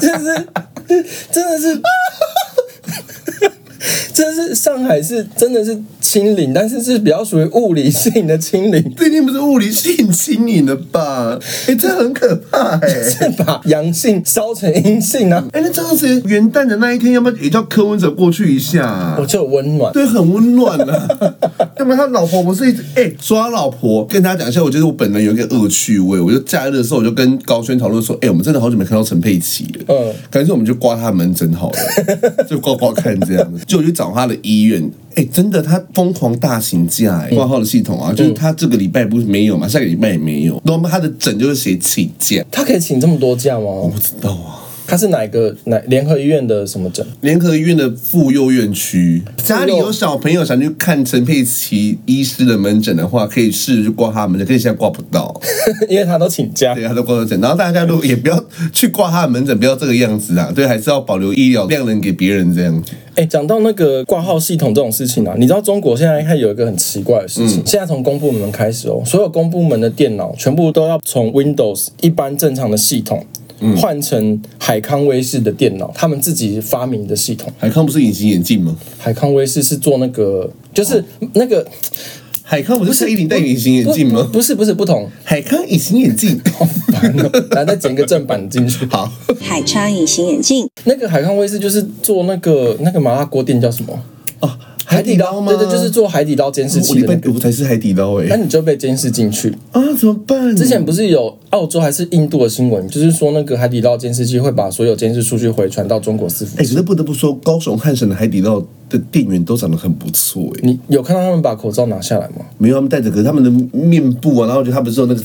Speaker 1: 就是真的是，真的是上海是真的是清零，但是是比较属于物理性的清零”，
Speaker 2: 这一定不是物理性清理了吧？哎、这很可怕哎、
Speaker 1: *laughs* 是把阳性烧成阴性啊，
Speaker 2: 哎、那这样子元旦的那一天，要不要也叫柯文哲过去一下、啊
Speaker 1: 我？就有温暖。
Speaker 2: 对，很温暖啊。 *laughs* 要不然他老婆不是 *laughs* 一直哎、说他老婆，跟大家讲一下，我觉得我本人有一个恶趣味，我就假日的时候我就跟高轩讨论说，哎、我们真的好久没看到陈佩琪了，
Speaker 1: 嗯
Speaker 2: 嗯，干脆我们就刮他门诊好 *laughs* 了，就刮刮看这样子，就我去找他的医院。哎、真的，他疯狂大型假、哎挂号的系统啊，就是他这个礼拜不是没有嘛，下个礼拜也没有，然后他的诊就是写请假，
Speaker 1: 他可以请这么多假
Speaker 2: 我
Speaker 1: 吗？
Speaker 2: 不知道啊。
Speaker 1: 他是哪个哪联合医院的什么诊？ *laughs*
Speaker 2: 联合医院的妇幼院区，家里有小朋友想去看陈佩琪医师的门诊的话，可以试着去挂他的门诊，可以现在挂不到， *laughs*
Speaker 1: 因为他都请假
Speaker 2: 对，。他都挂门诊。然后大家都也不要去挂他的门诊，不要这个样子啊，对，还是要保留医疗量能给别人这样子。
Speaker 1: 哎，讲到那个挂号系统这种事情啊，你知道中国现在看有一个很奇怪的事
Speaker 2: 嗯
Speaker 1: 情，现在从公部门开始哦，所有公部门的电脑全部都要从 Windows 一般正常的系统。
Speaker 2: 嗯
Speaker 1: 换成海康威视的电脑，他们自己发明的系统。
Speaker 2: 海康不是隐形眼镜吗？
Speaker 1: 海康威视是做那个，就是那个
Speaker 2: 海康不是蔡依林戴隐形眼镜
Speaker 1: 不
Speaker 2: 哦吗？
Speaker 1: 不是不是不同，
Speaker 2: 海康隐形眼
Speaker 1: *laughs*
Speaker 2: 镜，
Speaker 1: 烦哦然后再剪一个正版进去。
Speaker 2: 好，
Speaker 5: 海昌隐形眼镜，
Speaker 1: 那个海康威视就是做那个那个麻辣锅店叫什么？
Speaker 2: 哦，
Speaker 1: 海底捞
Speaker 2: 吗？哦
Speaker 1: 对对，就是做海底捞监视
Speaker 2: 我
Speaker 1: 器
Speaker 2: 礼
Speaker 1: 的那
Speaker 2: 拜
Speaker 1: 个。
Speaker 2: 五才是海底捞哎、
Speaker 1: 那你就被监视进去。
Speaker 2: 啊，怎么办？
Speaker 1: 之前不是有澳洲还是印度的新闻，就是说那个海底捞监视器会把所有监视数据回传到中国伺服
Speaker 2: 哎、
Speaker 1: 器。
Speaker 2: 可是不得不说，高雄汉神的海底捞的店员都长得很不错哎、
Speaker 1: 你有看到他们把口罩拿下来吗？
Speaker 2: 没有他们戴着，可是他们的面部啊，然后就他不是有那个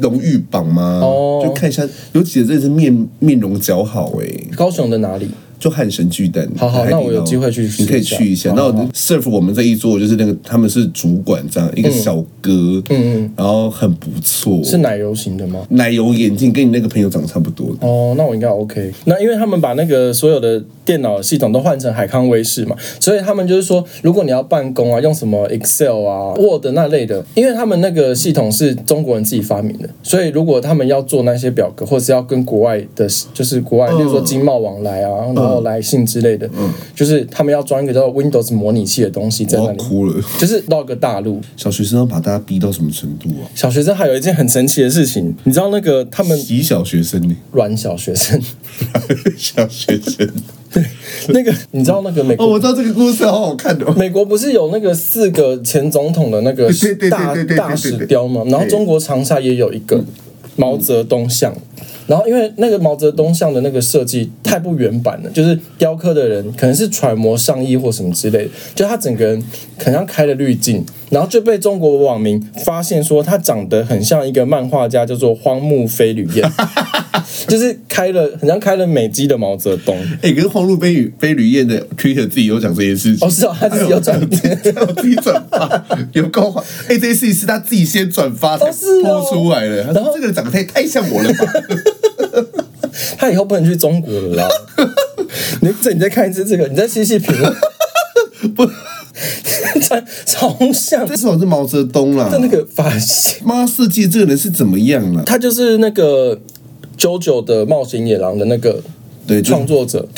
Speaker 2: 荣誉榜吗？
Speaker 1: 哦
Speaker 2: 就看一下，有几个真的是面面容姣好哎、
Speaker 1: 高雄的哪里？
Speaker 2: 就汉神巨蛋。
Speaker 1: 好好
Speaker 2: 海底捞
Speaker 1: 那我有机会去试一下
Speaker 2: 你可以去一下。然后
Speaker 1: 好好
Speaker 2: serve 我们这一桌就是那个他们是主管这样一个小哥，
Speaker 1: 嗯嗯，
Speaker 2: 然后很不错，
Speaker 1: 是奶油型的吗？
Speaker 2: 奶油眼镜，跟你那个朋友长得差不多的。
Speaker 1: 哦，那我应该 OK。那因为他们把那个所有的电脑系统都换成海康威视嘛，所以他们就是说，如果你要办公啊，用什么 Excel 啊、Word 那类的，因为他们那个系统是中国人自己发明的，所以如果他们要做那些表格，或是要跟国外的，就是国外，
Speaker 2: 嗯
Speaker 1: 例如说经贸往来啊，然后来信之类的，就是他们要装一个叫做 Windows 模拟器的东西在
Speaker 2: 我
Speaker 1: 那
Speaker 2: 要
Speaker 1: 里，
Speaker 2: 哭了，
Speaker 1: 就是绕个大陆。
Speaker 2: 小学生要把大家逼到什么程度啊？
Speaker 1: 小学生还有一件很神奇的事情，你知道那个他们
Speaker 2: *laughs* 洗小学生呢、
Speaker 1: 软小学生。
Speaker 2: 小学
Speaker 1: *laughs*
Speaker 2: 生。
Speaker 1: 那个你知道那个美国、
Speaker 2: 哦，我知道这个故事好好看哦。
Speaker 1: 美国不是有那个四个前总统的那个
Speaker 2: 对对对
Speaker 1: 大
Speaker 2: 对对对
Speaker 1: 大
Speaker 2: 对对
Speaker 1: 石
Speaker 2: 对嗯
Speaker 1: 雕嘛？然后中国长沙也有一个毛泽东像。然后，因为那个毛泽东像的那个设计太不原版了，就是雕刻的人可能是揣摩上意或什么之类的，就他整个人可能像开了滤镜，然后就被中国网民发现说他长得很像一个漫画家，叫做荒木飞吕
Speaker 2: *laughs*
Speaker 1: 彦，就是开了很像开了美肌的毛泽东。
Speaker 2: 哎、可是黄路飞与飞吕燕的 Twitter 自己有讲这件事情。 *laughs*
Speaker 1: 哦，是哦，他自己有转变。 *laughs*
Speaker 2: 他有自己转发，有够好。哎、这件事情是他自己先转发才
Speaker 1: 哦是哦
Speaker 2: 播出来的。他
Speaker 1: 然后
Speaker 2: 说这个人长得太太像我了吧？
Speaker 1: *laughs* 他以后不能去中国了
Speaker 2: *laughs*
Speaker 1: 啦。你这你再看一次这个，你再细细品味， *laughs* 不，超超像
Speaker 2: 这首是毛泽东啦
Speaker 1: 他。那个发型，
Speaker 2: 妈世界这个人是怎么样啊了？
Speaker 1: 他就是那个 JoJo 的冒险野狼的那个
Speaker 2: 对，就
Speaker 1: 创。作者，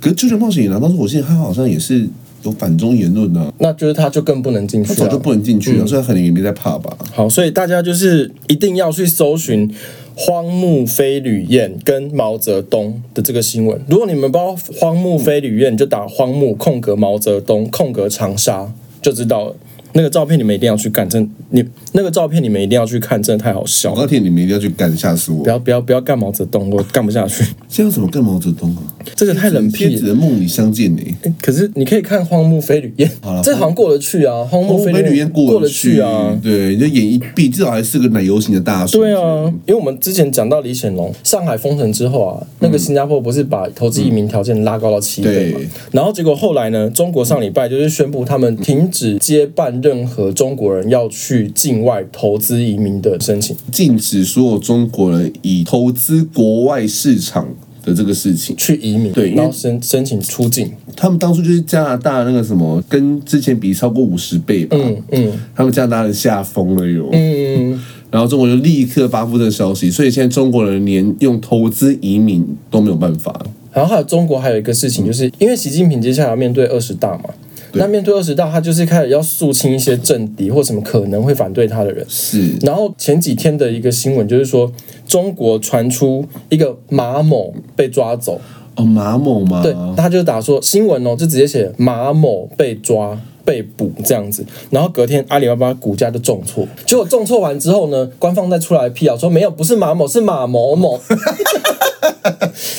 Speaker 2: 可是《救救冒险野狼》当时我记得他好像也是有反中言论啊，
Speaker 1: 那就是嗯他就更不能进
Speaker 2: 他
Speaker 1: 去
Speaker 2: 早
Speaker 1: 了、
Speaker 2: 就不能进去了，所以他可能也没在怕吧。
Speaker 1: 好，所以大家就是一定要去搜寻荒木飞吕彦跟毛泽东的这个新闻。如果你们不知道荒木飞吕彦，你就打荒木空格毛泽东空格长沙就知道了。那个照片你们一定要去看，真你那个照片你们一定要去看，真的太好笑
Speaker 2: *laughs* 我
Speaker 1: 了。
Speaker 2: 告天，你们一定要去干，吓死我
Speaker 1: 不！要不要不要干毛泽东，我干不下去，
Speaker 2: 这样怎么干毛泽东啊？
Speaker 1: 这个太冷
Speaker 2: 天
Speaker 1: 僻
Speaker 2: 子
Speaker 1: 了。
Speaker 2: 的梦里相见呢、
Speaker 1: 诶 *laughs* 可是你可以看荒木飞吕彦
Speaker 2: 好了，
Speaker 1: 这好像过得去啊，荒木
Speaker 2: 我
Speaker 1: 飞
Speaker 2: 美
Speaker 1: 吕
Speaker 2: 女烟
Speaker 1: 彦
Speaker 2: 过
Speaker 1: 过
Speaker 2: 得
Speaker 1: 得
Speaker 2: 去
Speaker 1: 去啊。
Speaker 2: 对，你就演一毕，至少还是个奶油型的大叔。
Speaker 1: 对，啊，因为我们之前讲到李显龙，上海封城之后啊，那个新加坡不是把投资移民条件拉高到七倍嘛
Speaker 2: 嗯对？
Speaker 1: 然后结果后来呢，中国上礼拜就是宣布他们停止接办任何中国人要去境境外投资移民的申请，
Speaker 2: 禁止所有中国人以投资国外市场的这个事情。
Speaker 1: 去移民，
Speaker 2: 对因为嗯
Speaker 1: 然后申申请出境，
Speaker 2: 他们当初就是加拿大那个什么，跟之前比超过五十倍吧，
Speaker 1: 嗯嗯
Speaker 2: 他们加拿大人吓疯了哟。
Speaker 1: 嗯，
Speaker 2: *laughs* 然后中国就立刻发布这个消息，所以现在中国人连用投资移民都没有办法。
Speaker 1: 然后还有中国还有一个事情，就是因为习近平接下来要面对二十大嘛，
Speaker 2: 嗯对
Speaker 1: 那面对二十大，他就是开始要肃清一些政敌或什么可能会反对他的人，
Speaker 2: 是，
Speaker 1: 然后前几天的一个新闻就是说，中国传出一个马某被抓走，
Speaker 2: 哦，马某吗？
Speaker 1: 对，他就打说新闻哦，就直接写马某被抓。被捕这样子，然后隔天阿里巴巴股价就重挫，结果重挫完之后呢，官方再出来辟谣说没有，不是马某，是马某某。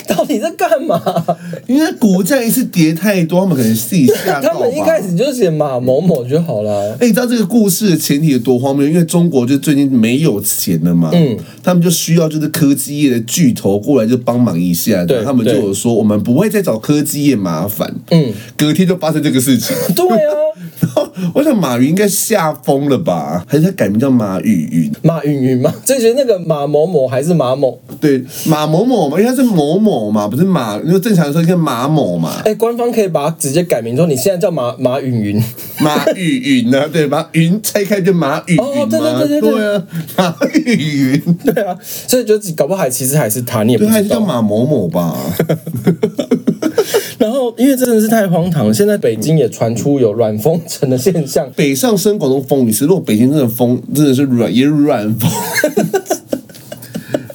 Speaker 1: 到底在干嘛？
Speaker 2: 因为股价一次跌太多，他们可能自己吓
Speaker 1: *laughs*
Speaker 2: 到
Speaker 1: 他
Speaker 2: 吧。
Speaker 1: 们一开始就写马某某就好了。
Speaker 2: 哎、你知道这个故事的前提有多荒谬？因为中国就最近没有钱了嘛，
Speaker 1: 嗯，
Speaker 2: 他们就需要就是科技业的巨头过来就帮忙一下，
Speaker 1: 对
Speaker 2: 他们就有说我们不会再找科技业麻烦，
Speaker 1: 嗯，
Speaker 2: 隔天就发生这个事情，
Speaker 1: 对啊，
Speaker 2: 然后我想马云应该吓疯了吧？还是他改名叫马雨云？
Speaker 1: 马云云嘛，就觉得那个马某某还是马某，
Speaker 2: 对，马某某嘛，因为他是某某嘛，不是马，因为正常来说应该马
Speaker 1: *laughs*
Speaker 2: 某嘛，
Speaker 1: 哎、官方可以把它直接改名说你现在叫马马云云， *laughs*
Speaker 2: 马雨云啊，对，把云拆开就马雨云嘛，
Speaker 1: 哦对对对对对
Speaker 2: 对啊，马雨云。
Speaker 1: 对啊，所以就搞不好还其实还是他，你也不
Speaker 2: 对，还
Speaker 1: 知
Speaker 2: 是叫
Speaker 1: 道。
Speaker 2: 马某某吧？
Speaker 1: 然后因为真的是太荒唐了，现在北京也传出有软封城的现象，
Speaker 2: 北上深广东风雨是，如果北京真的封，真的是软也软封。 *laughs*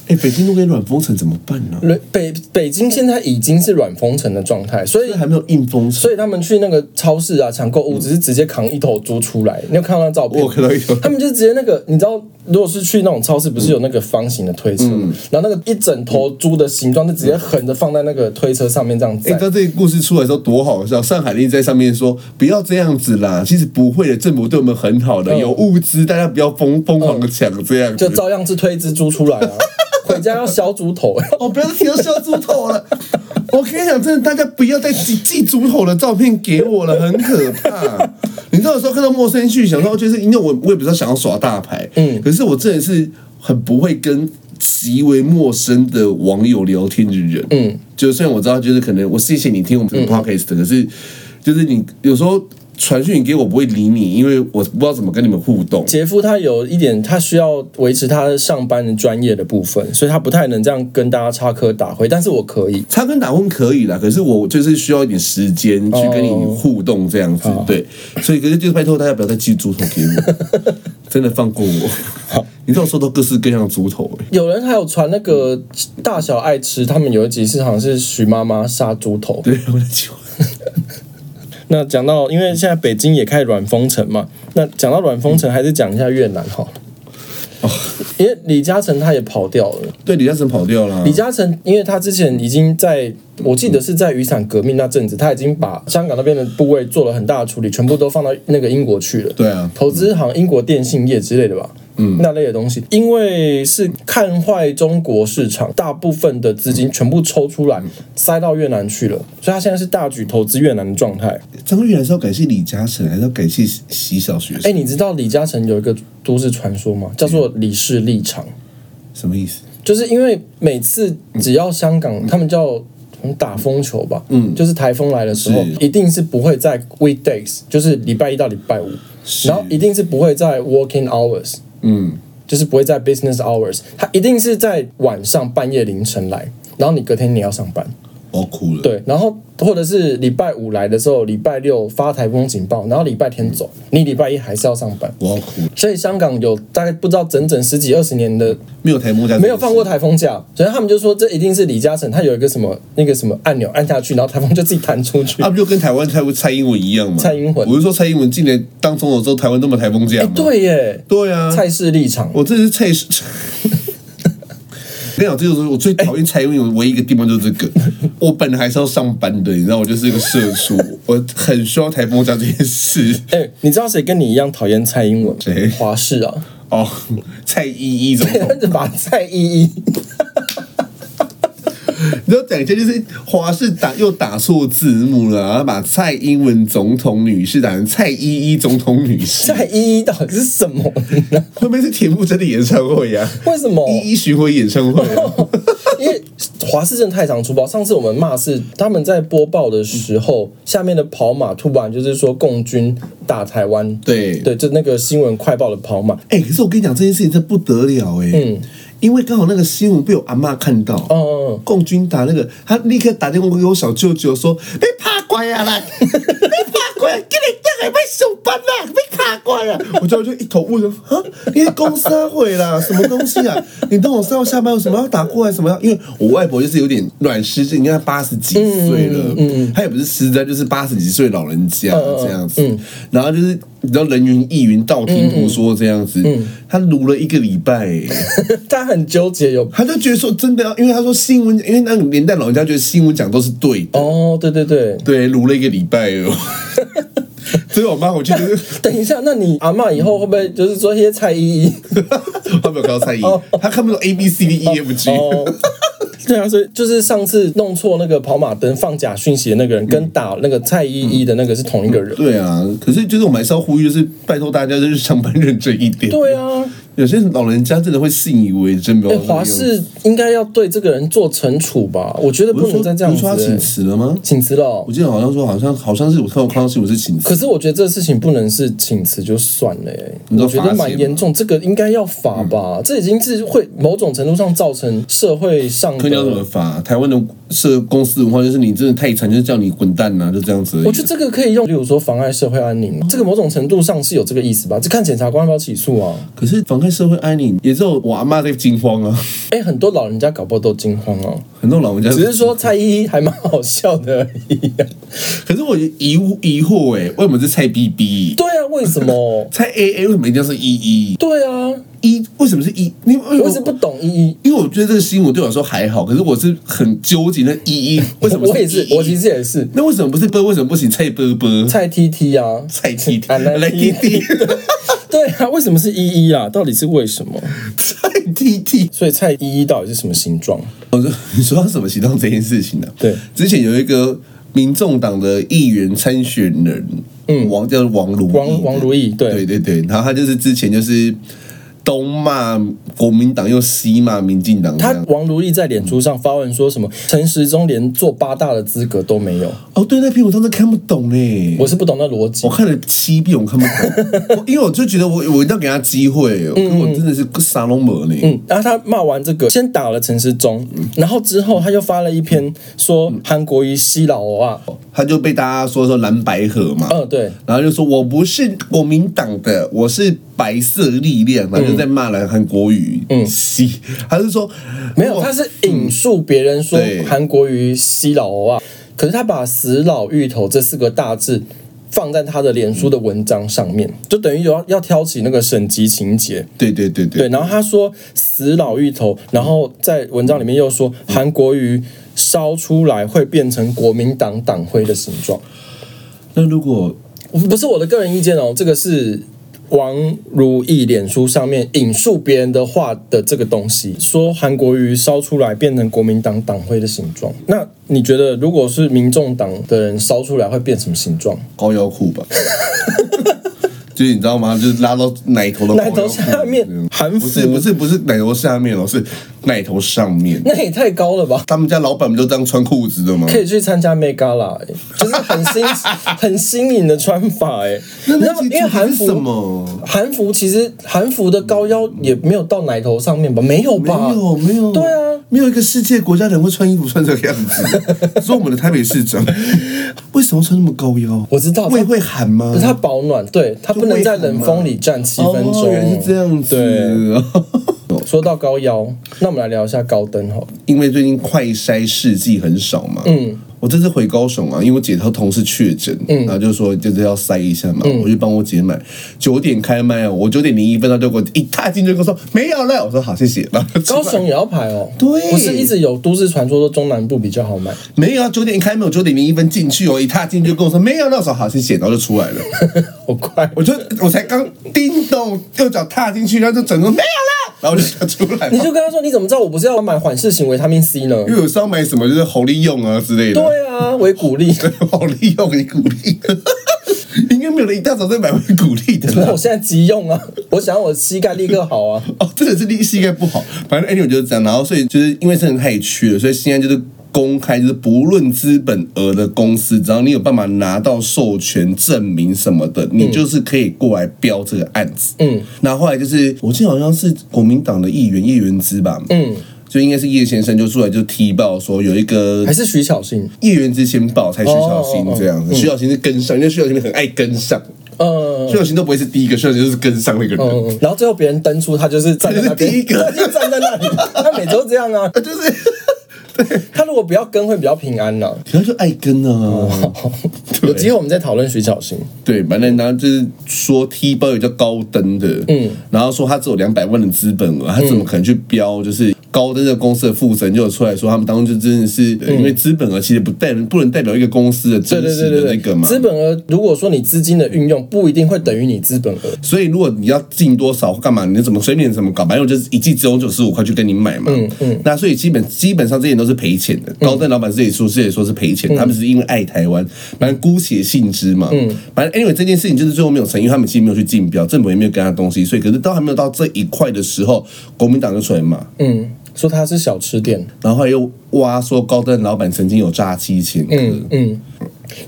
Speaker 2: 哎、北京如果也软封城怎么办呢、
Speaker 1: 北北京现在已经是软封城的状态，所以
Speaker 2: 这还没有硬封城
Speaker 1: 所，以他们去那个超市啊抢购物，只是直接扛一头猪出来，你有看到那照片？
Speaker 2: 嗯我看到 *laughs* 有
Speaker 1: 他们就直接那个，你知道，如果是去那种超市，不是有那个方形的推车，
Speaker 2: 嗯
Speaker 1: 然后那个一整头猪的形状就直接横着放在那个推车上面这样载
Speaker 2: 哎、你知。道这个故事出来的时候多好笑！上海一直在上面说不要这样子啦，其实不会的，政府对我们很好的，
Speaker 1: 嗯
Speaker 2: 有物资，大家不要疯疯狂的抢这样子
Speaker 1: 就。照样是推只猪出来啊，回家要削猪头。 *laughs*
Speaker 2: *laughs* 哦，不要再提到小猪头了。 *laughs* 我跟你讲，真的，大家不要再寄寄猪头的照片给我了，很可 *laughs* 怕。你知道，有时候看到陌生人去，想说哦就是因为我我也比较想要耍大牌，嗯，可是我真的是很不会跟极为陌生的网友聊天的人，嗯，就虽然我知道，就是可能我谢谢你听我们的 podcast，、可是就是你有时候传讯给我不会理你，因为我不知道怎么跟你们互动。
Speaker 1: 杰夫他有一点，他需要维持他上班的专业的部分，所以他不太能这样跟大家插科打诨。但是我可以，
Speaker 2: 插跟打混可以啦，可是我就是需要一点时间去跟你互动这样子，
Speaker 1: 哦
Speaker 2: 对，所以可是就是拜托大家不要再寄猪头给
Speaker 1: *laughs*
Speaker 2: 我，真的放过我。你知道我收到各式各样的猪头、欸，
Speaker 1: 有人还有传那个大小爱吃，他们有一集是好像是徐妈妈杀猪头。
Speaker 2: 对，我的
Speaker 1: *laughs*
Speaker 2: 求。
Speaker 1: 那讲到，因为现在北京也开始软封城嘛，那讲到软封城，还是讲一下越南好了。因为李嘉诚他也跑掉了，
Speaker 2: 对，李嘉诚跑掉了
Speaker 1: 李。嘉诚，因为他之前已经在，我记得是在雨伞革命那阵子，他已经把香港那边的部位做了很大的处理，全部都放到那个英国去了。
Speaker 2: 对啊
Speaker 1: 投资好像英国电信业之类的吧。嗯，那类的东西，因为是看坏中国市场，大部分的资金全部抽出来塞到越南去了，所以他现在是大举投资越南的状态。
Speaker 2: 张玉兰是要感谢李嘉诚，还是要感谢习小学生？
Speaker 1: 哎，你知道李嘉诚有一个都市传说吗？叫做李氏立场。
Speaker 2: 什么意思？
Speaker 1: 就是因为每次只要香港，他们叫什么打风球吧，嗯，就是台风来的时候，
Speaker 2: 是
Speaker 1: 一定是不会在 weekdays，就是礼拜一到礼拜五，然后一定是不会在 working hours，
Speaker 2: 嗯，
Speaker 1: 就是不会在 business hours，它一定是在晚上半夜凌晨来，然后你隔天你要上班，
Speaker 2: 我要哭了。，
Speaker 1: 对，然后或者是礼拜五来的时候，礼拜六发台风警报，然后礼拜天走，你礼拜一还是要上班。
Speaker 2: 我要哭了。
Speaker 1: 所以香港有大概不知道整整十几二十年的
Speaker 2: 没有台风假，
Speaker 1: 没有放过。台风假，所以他们就说这一定是李嘉诚他有一个什么那个什么按钮按下去，然后台风就自己弹出去。
Speaker 2: 啊，不就跟台湾蔡蔡英文一样吗？
Speaker 1: 蔡英文
Speaker 2: 我是说蔡英文进来当总统之后，台湾都没有台风假
Speaker 1: 哎、
Speaker 2: 吗？
Speaker 1: 对耶，
Speaker 2: 对啊，
Speaker 1: 蔡氏立场。
Speaker 2: 我这是蔡氏。跟你讲，这就是 *laughs* 我最讨厌蔡英文唯一一个地方就是这个。我本来还是要上班的，你知道，我就是一个社畜，我很需要台风假这件事。
Speaker 1: 哎、你知道谁跟你一样讨厌蔡英文？
Speaker 2: 谁
Speaker 1: 华视
Speaker 2: *laughs*
Speaker 1: 啊， *laughs*
Speaker 2: 哦，蔡依依总
Speaker 1: 他
Speaker 2: 统，
Speaker 1: 就把蔡依依，
Speaker 2: 你知道讲一件就是华视打又打错字幕了，然后把蔡英文总统女士打成蔡依依总统女
Speaker 1: *laughs*
Speaker 2: 士，
Speaker 1: 蔡依依到底是什
Speaker 2: *laughs*
Speaker 1: 么呢？
Speaker 2: 会不会是田馥甄的演唱会呀、啊？
Speaker 1: 为什么？
Speaker 2: 一一巡回演唱会、啊，
Speaker 1: 因为华视真的太常出包。上次我们骂是他们在播报的时
Speaker 2: 嗯
Speaker 1: 候，下面的跑马突然就是说共军打台湾，
Speaker 6: 对
Speaker 1: 对，就那个新闻快报的跑马， *laughs*
Speaker 2: 哎、可是我跟你讲这件事情真不得了哎、
Speaker 1: 嗯
Speaker 2: 因为刚好那个新闻被我阿妈看到，
Speaker 1: 嗯嗯嗯
Speaker 2: 共军打那个，他立刻打电话给我小舅
Speaker 1: *laughs*
Speaker 2: 舅说：“被怕乖啊啦，被怕乖，今日这还被上班啦，被怕乖
Speaker 1: *laughs*
Speaker 2: 啊！”我舅舅一头雾水，啊，你是公司啊会
Speaker 1: *laughs*
Speaker 2: 啦，什么东西啊？你当我上下班有什么要打过来什么要？因为我外婆就是有点软失禁，你看她八十几岁了，她也不是失在，就是八十几岁老人家
Speaker 1: 嗯嗯嗯
Speaker 2: 这样子，然后就是。你知道人云亦云、道听
Speaker 1: 嗯
Speaker 2: 途说这样子，她撸了一个礼拜、 *laughs* 欸，
Speaker 1: 他很纠结有。
Speaker 2: 他就觉得说真的要，因为他说新闻，因为那个年代老人家觉得新闻讲都是对的，
Speaker 1: 哦，对对对，
Speaker 2: 对，撸了一个礼拜哦。 *laughs* 所以我妈回去就是， *laughs*
Speaker 1: 等一下，那你阿嬷以后会不会就是说一些蔡依依？
Speaker 2: 她没有看到蔡依，她看不懂 A B C D E F G，
Speaker 1: 哦， *laughs* 对啊，所以就是上次弄错那个跑马灯放假讯息的那个人，跟打那个蔡依依的那个是同一个人。
Speaker 2: 对啊。可是就是我们还是要呼吁，就是拜托大家就是上班认真一点。
Speaker 1: 对，啊，
Speaker 2: 有些老人家真的会信以为真，没
Speaker 1: 哎，
Speaker 2: 有
Speaker 1: 华视应该要对这个人做惩处吧？我觉得
Speaker 2: 不
Speaker 1: 不
Speaker 2: 是
Speaker 1: 能
Speaker 2: 说
Speaker 1: 再这样
Speaker 2: 不是
Speaker 1: 子、
Speaker 2: 说他请
Speaker 1: 欸。
Speaker 2: 辞了吗？
Speaker 1: 请辞了哦
Speaker 2: 我，记得好像说好像好像是我看我看到新闻是请辞，
Speaker 1: 可是我觉得这事情不能是请辞就算了、欸，
Speaker 2: 你
Speaker 1: 我
Speaker 2: 说
Speaker 1: 觉
Speaker 2: 罚
Speaker 1: 得
Speaker 2: 钱
Speaker 1: 蛮严重，这个应该要罚吧？这已经是会某种程度上造成社会上
Speaker 2: 可你要怎么
Speaker 1: 的。
Speaker 2: 罚？台湾的社公司文化就是你真的太惨，就是叫你滚蛋呐、就这样子而已。
Speaker 1: 我觉得这个可以用，例如说妨碍社会安宁，这个某种程度上是有这个意思吧？这看检察官要不要起诉啊？
Speaker 2: 可是妨碍社会安宁，也只有我阿妈在惊慌啊，
Speaker 1: 哎、很多老人家搞不好都惊慌哦、
Speaker 2: 很多老人家
Speaker 1: 只是，说蔡依依还蛮好笑的而已、啊
Speaker 2: 可是我疑疑惑哎、为什么是蔡 B B？？
Speaker 1: 对啊，为什么
Speaker 2: 蔡 A A 为什么一定要是一一
Speaker 1: 对啊，
Speaker 2: 一？为什么是一？你
Speaker 1: 我一直不懂依依。
Speaker 2: 因为我觉得这个新闻对我来说还好，可是我是很纠结那一一 *laughs* 为什么
Speaker 1: 我也是，我其
Speaker 2: 实
Speaker 1: 实也是
Speaker 2: 那为什么不是波？为什么不行蔡波波？
Speaker 1: 蔡 T T 啊，
Speaker 2: 蔡 T
Speaker 1: 啊来
Speaker 2: 来 T *laughs* T
Speaker 1: 对啊，为什么是依依啊？到底是为什么？
Speaker 2: 蔡 T T
Speaker 1: 所以蔡依依到底是什么形状？
Speaker 2: 我说哦你说到什么行动这件事情呢、
Speaker 1: 对
Speaker 2: 之前有一个民众党的议员参选人，嗯，王叫王如意
Speaker 1: 王王如意，对，
Speaker 2: 对对对，然后他就是之前就是东骂国民党，又西骂民进党这
Speaker 1: 他
Speaker 2: 样。
Speaker 1: 王如意在脸书上发文说什么？陈时中连做八大的资格都没有，
Speaker 2: 哦，对，那篇我当时看不懂嘞，
Speaker 1: 我是不懂那逻辑
Speaker 2: 我。看了七遍，我看不懂，
Speaker 1: *laughs*
Speaker 2: 我因为我就觉得我我一定要给他机会，哦可是我真的是沙龙魔呢。
Speaker 1: 嗯，然后他骂完这个，先打了陈时中，然后之后他又发了一篇说韩国瑜西老啊，
Speaker 2: 他就被大家说说蓝白河嘛，
Speaker 1: 嗯，对，
Speaker 2: 然后就说我不是国民党的，我是白色力量，
Speaker 1: 嗯
Speaker 2: 然后就在骂了韩国语，嗯，西，他是说
Speaker 1: 没有，
Speaker 2: 我
Speaker 1: 他是引述别人说
Speaker 2: 对
Speaker 1: 韩国瑜西老啊，可是他把死老芋头这四个大字。放在他的脸书的文章上面，就等于有要要挑起那个省级情节，
Speaker 2: 对对对对
Speaker 1: 对。然后他说死老芋头，然后在文章里面又说韩国瑜烧出来会变成国民党党徽的形状，
Speaker 2: 那如果
Speaker 1: 不是我的个人意见哦，这个是王如意脸书上面引述别人的话的这个东西，说韩国瑜烧出来变成国民党党徽的形状。那你觉得，如果是民众党的人烧出来会变什么形状？ *laughs*
Speaker 2: 高腰裤吧，就是你知道吗？就是拉到奶头的高腰
Speaker 1: 奶
Speaker 2: 裤
Speaker 1: 头下面
Speaker 2: 嗯
Speaker 1: 韩服
Speaker 2: 不是不是不是奶头下面哦，是奶头上面。
Speaker 1: 那也太高了吧！
Speaker 2: 他们家老板不就这样穿裤子的吗？
Speaker 1: 可以去参加 Megala，、欸、就是很新很新颖的穿法哎、欸。
Speaker 2: 那
Speaker 1: 你知
Speaker 2: 那
Speaker 1: 道
Speaker 2: 其
Speaker 1: 因
Speaker 2: 实
Speaker 1: 为韩
Speaker 2: 是
Speaker 1: 服
Speaker 2: 什么？
Speaker 1: 韩服其实韩服的高腰也没有到奶头上面吧？没有
Speaker 2: 没
Speaker 1: 吧？
Speaker 2: 有没有，
Speaker 1: 对啊，
Speaker 2: 没有一个世界国家人会穿衣服穿这个样
Speaker 1: *laughs*
Speaker 2: 子。说我们的台北市长为什么穿那么高腰？
Speaker 1: 我知道
Speaker 2: 胃会喊吗
Speaker 1: 可？是它保暖，对，它不能在冷风里站七分钟。
Speaker 2: 哦原来是这样
Speaker 1: 对，
Speaker 2: 子。 *laughs*
Speaker 1: 说到高腰，那我们来聊一下高登哈。
Speaker 2: 因为最近快筛试剂很少嘛，嗯，我这次回高雄啊，因为我姐她同事确诊，
Speaker 1: 嗯
Speaker 2: 然后就说就是要塞一下嘛，我就帮我姐买。九点开麦哦，我九点零一分，她就给我一踏进就跟我说没有了，我说好谢谢。然后就出
Speaker 1: 高
Speaker 2: 来
Speaker 1: 雄也要排哦，
Speaker 2: 对
Speaker 1: 不是一直有都市传说说中南部比较好买，
Speaker 2: 没有啊，九点一开门，我九点零一分进去哦，一踏进就跟我说没有了，我说好谢谢，然后就出
Speaker 1: *laughs*
Speaker 2: 来了。
Speaker 1: 好快，
Speaker 2: *laughs* 我就我才刚叮咚右脚踏进去，然后就整个没有了，然后我就出来
Speaker 1: 你
Speaker 2: 了。
Speaker 1: 就跟他说你怎么知道我不是要买缓释型维他命 C 呢？
Speaker 2: 因为有时候买什么就是红利用啊之类的。 *laughs*
Speaker 1: 对啊，维骨力。
Speaker 2: 好利用你鼓励， *laughs* 应该没有人一大早在买会鼓励的
Speaker 1: 那
Speaker 2: 啦
Speaker 1: 我。现在急用啊！ *laughs* 我想要我膝盖立刻好啊！
Speaker 2: *laughs* 哦，真的是力膝盖不好，反正 anyway 就是这样。然后所以就是因为真的太缺了，所以现在就是公开，就是不论资本额的公司，只要你有办法拿到授权证明什么的，你就是可以过来标这个案子。
Speaker 1: 嗯，
Speaker 2: 然后后来就是我记得好像是国民党的议员叶元之吧，
Speaker 1: 嗯，
Speaker 2: 就应该是叶先生就出来就踢爆说有一个
Speaker 1: 还是徐巧芯，
Speaker 2: 叶元之先报，才徐小新
Speaker 1: 哦哦哦
Speaker 2: 这样子。徐小新是跟上，因为徐小新很爱跟上，
Speaker 1: 嗯
Speaker 2: 徐小新都不会是第一个，徐小新就是跟上那个人。
Speaker 1: 嗯，然后最后别人登出，他就是站在那边，
Speaker 2: 他就是第一个
Speaker 1: 他就站在那里，他每周这样啊。
Speaker 2: 啊， *laughs* 就是，
Speaker 1: 他如果不要跟，会比较平安呢、
Speaker 2: 他就爱跟啊，
Speaker 1: *laughs* 有机会我们再讨论徐巧芯。
Speaker 2: 对，反正然后就是说踢包有叫高登的，嗯，然后说他只有两百万的资本额，他怎么可能去标？就是高登的公司的负责人就有出来说，他们当中就真的是因为资本额其实不代不能代表一个公司的
Speaker 1: 对
Speaker 2: 真
Speaker 1: 嗯对对
Speaker 2: 实的那
Speaker 1: 对
Speaker 2: 个
Speaker 1: 对，
Speaker 2: 嘛，
Speaker 1: 资本额如果说你资金的运用不一定会等于你资本额，
Speaker 2: 所以如果你要进多少干嘛，你怎么随便怎么搞，反正我就是一季只有九十五块去跟你买嘛。嗯嗯。那所以基本基本上这些都是赔钱
Speaker 1: 嗯
Speaker 2: 的。高登老板自己说自己说是赔钱，他们只是因为爱台湾，反正姑且信之嘛。嗯。反正 anyway 这件事情就是最后没有成，因为他们其实没有去竞标，政府也没有给他东西，所以可是都还没有到这一块的时候，国民党就出来骂，
Speaker 1: 嗯，说他是小吃店，
Speaker 2: 然后后来又挖说高登老板曾经有诈欺前科。
Speaker 1: 嗯嗯。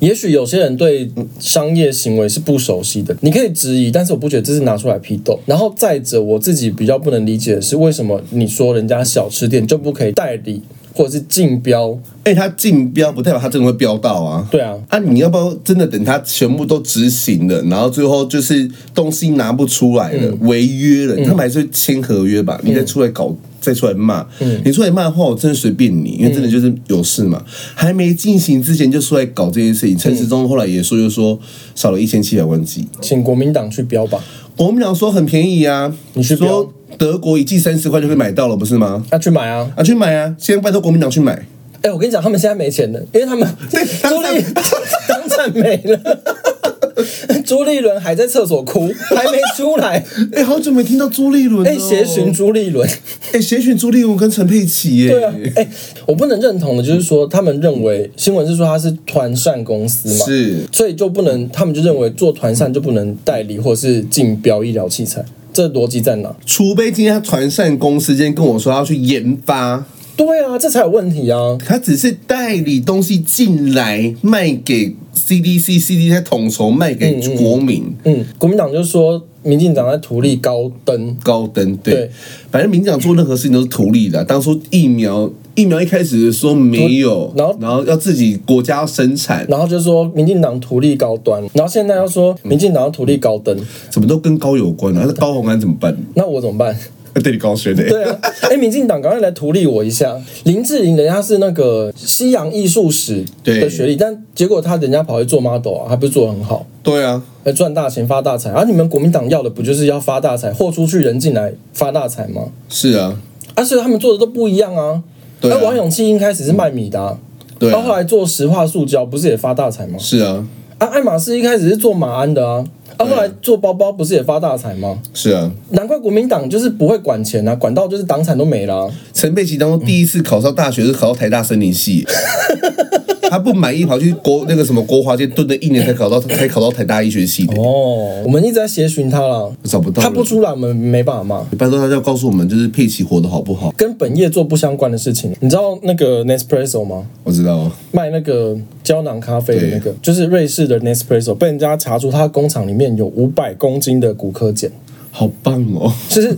Speaker 1: 也许有些人对商业行为是不熟悉的，你可以质疑，但是我不觉得这是拿出来批斗。然后再者，我自己比较不能理解的是，为什么你说人家小吃店就不可以代理或者是竞标？
Speaker 2: 哎、他竞标不代表他真的会标到啊。
Speaker 1: 对啊
Speaker 2: 啊，你要不要真的等他全部都执行了，然后最后就是东西拿不出来
Speaker 1: 嗯
Speaker 2: 了，违约了，他们还是会签合约吧？你再出来搞，再出来骂，
Speaker 1: 嗯
Speaker 2: 你出来骂的话，我真的随便你，因为真的就是有事嘛。还没进行之前就出来搞这件事情，陈时中后来也说，就说少了一千七百万剂，
Speaker 1: 请国民党去标吧，
Speaker 2: 国民党说很便宜啊，
Speaker 1: 你去标
Speaker 2: 说德国一季三十块就可以买到了，不是吗？
Speaker 1: 那、去买啊！
Speaker 2: 啊，去买啊！先拜托国民党去买。
Speaker 1: 哎、我跟你讲，他们现在没钱了，因为他 *laughs* 们朱立 *laughs* 当场没了，朱立伦还在厕所哭，还没出 *laughs* 来。
Speaker 2: 哎、好久没听到朱立伦了哦
Speaker 1: 哎、协寻朱立 *laughs* 伦，
Speaker 2: 哎，写选朱立伦跟陈佩琪耶，
Speaker 1: 对啊，哎、我不能认同的就是说，他们认为新闻是说他是团扇公司嘛，
Speaker 2: 是
Speaker 1: 所以就不能，他们就认为做团扇就不能代理或是竞标医疗器材，这逻辑在哪？
Speaker 2: 除非今天他团扇公司今天跟我说要去研发，
Speaker 1: 对啊，这才有问题啊！
Speaker 2: 他只是代理东西进来卖给 CDC，CDC 在统筹卖给国民。
Speaker 1: 嗯，国民党就说民进党在图利高登，
Speaker 2: 高登对，
Speaker 1: 对
Speaker 2: 反正民进党做任何事情都是图利的啊、当初疫苗，疫苗一开始说没有，
Speaker 1: 然后
Speaker 2: 然后要自己国家要生产，
Speaker 1: 然后就说民进党图利高端，然后现在又说民进党要图利高登，
Speaker 2: 怎么都跟高有关啊？那高鸿安怎么办？
Speaker 1: 那我怎么
Speaker 2: *laughs*
Speaker 1: 办？
Speaker 2: 对你高学的、
Speaker 1: *laughs* 对啊，哎、民进党赶快来图利我一下。林志玲人家是那个西洋艺术史的学历，但结果他人家跑去做 model 啊，还不是做得很好，
Speaker 2: 对啊，
Speaker 1: 来赚大钱发大财。啊而、你们国民党要的不就是要发大财，货出去人进来发大财吗？
Speaker 2: 是啊，
Speaker 1: 啊，所以他们做的都不一样啊。
Speaker 2: 对啊
Speaker 1: 而王永庆一开始是卖米的、啊，
Speaker 2: 对
Speaker 1: 他后
Speaker 2: 啊，
Speaker 1: 来做石化塑胶，不是也发大财吗？
Speaker 2: 是啊，
Speaker 1: 啊，爱马仕一开始是做马鞍的啊，啊，后来做包包不是也发大财吗？
Speaker 2: 是啊。
Speaker 1: 难怪国民党就是不会管钱啊，管到就是党产都没了啊、
Speaker 2: 陈佩琪当中第一次考上大学是考到台大森林
Speaker 1: *laughs*
Speaker 2: 系，他不满意跑去国那个什么国华街蹲了一年才考到才考到台大医学系的，
Speaker 1: 哦，我们一直在协寻他啦，
Speaker 2: 找不到
Speaker 1: 他
Speaker 2: 人
Speaker 1: 不出来，我们没办法骂。
Speaker 2: 拜托他要告诉我们就是佩奇活得好不好？
Speaker 1: 跟本业做不相关的事情，你知道那个 Nespresso 吗？
Speaker 2: 我知道，
Speaker 1: 卖那个胶囊咖啡的那个，就是瑞士的 Nespresso，被人家查出他工厂里面有五百公斤的骨科碱，
Speaker 2: 好棒 *laughs* 哦，
Speaker 1: 就是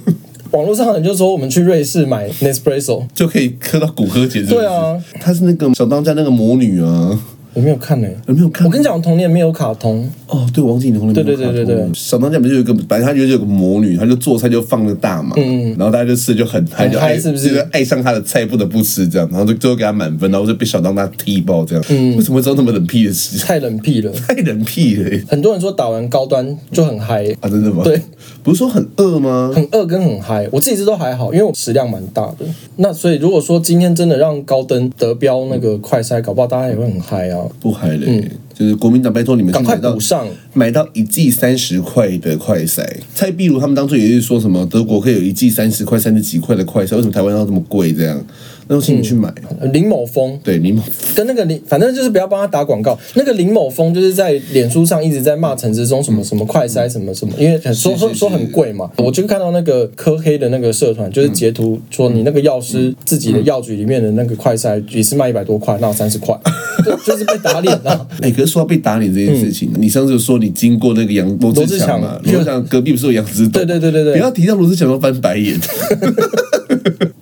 Speaker 1: 网络上人就说我们去瑞士买 Nespresso，
Speaker 2: 就可以磕到骨科节。是不是
Speaker 1: 对啊，
Speaker 2: 他是那个小当家那个魔女啊，
Speaker 1: 我没有看呢、
Speaker 2: 有没有看？
Speaker 1: 我跟你讲，我童年没有卡通，
Speaker 2: 哦，对，王景彤
Speaker 1: 对对对对对
Speaker 2: 小当家不是有一个，反正他就是有个魔女，她就做菜就放了大麻，嗯然后大家就吃就很嗨，
Speaker 1: 很
Speaker 2: 就
Speaker 1: 嗨
Speaker 2: 爱
Speaker 1: 是不是
Speaker 2: 就是爱上她的菜，不得不吃这样，然后就最后给她满分，然后就被小当家踢爆这样。
Speaker 1: 嗯
Speaker 2: 为什么会知道那么冷僻 *laughs* 的事？
Speaker 1: 太冷僻了。
Speaker 2: 太冷僻了、欸、
Speaker 1: 很多人说打完高端就很嗨、
Speaker 2: 啊！真的吗？
Speaker 1: 对，
Speaker 2: 不是说很饿吗？
Speaker 1: 很饿跟很嗨，我自己是都还好，因为我食量蛮大的。那所以如果说今天真的让高登得标那个快筛，搞不好大家也会很嗨啊。
Speaker 2: 不嗨嘞、就是国民党拜托你们
Speaker 1: 赶快
Speaker 2: 买到
Speaker 1: 补上，
Speaker 2: 买到一季三十块的快塞。蔡壁如他们当初也是说什么德国可以有一季三十块、三十几块的快塞，为什么台湾要这么贵这样？那我
Speaker 1: 嗯
Speaker 2: 请你去买。
Speaker 1: 林某峰
Speaker 2: 对，柠檬
Speaker 1: 跟那个林，反正就是不要帮他打广告。那个林某峰就是在脸书上一直在骂陈时中什么什么快筛什么什么，因为很说
Speaker 2: 是
Speaker 1: 说
Speaker 2: 是
Speaker 1: 说很贵嘛。我就看到那个科黑的那个社团，就是截图说你那个药师自己的药局里面的那个快筛也是卖一百多块，那三十块，对，就是被打脸了、啊。 *laughs*
Speaker 2: 哎、可是说到被打脸这件事情，你上次有说你经过那个杨罗
Speaker 1: 嗯罗
Speaker 2: 志
Speaker 1: 志
Speaker 2: 祥
Speaker 1: 祥
Speaker 2: 嘛？罗志祥隔壁不是有杨子董？
Speaker 1: 对对对对对
Speaker 2: 不要提到罗志祥要翻白眼。 *laughs*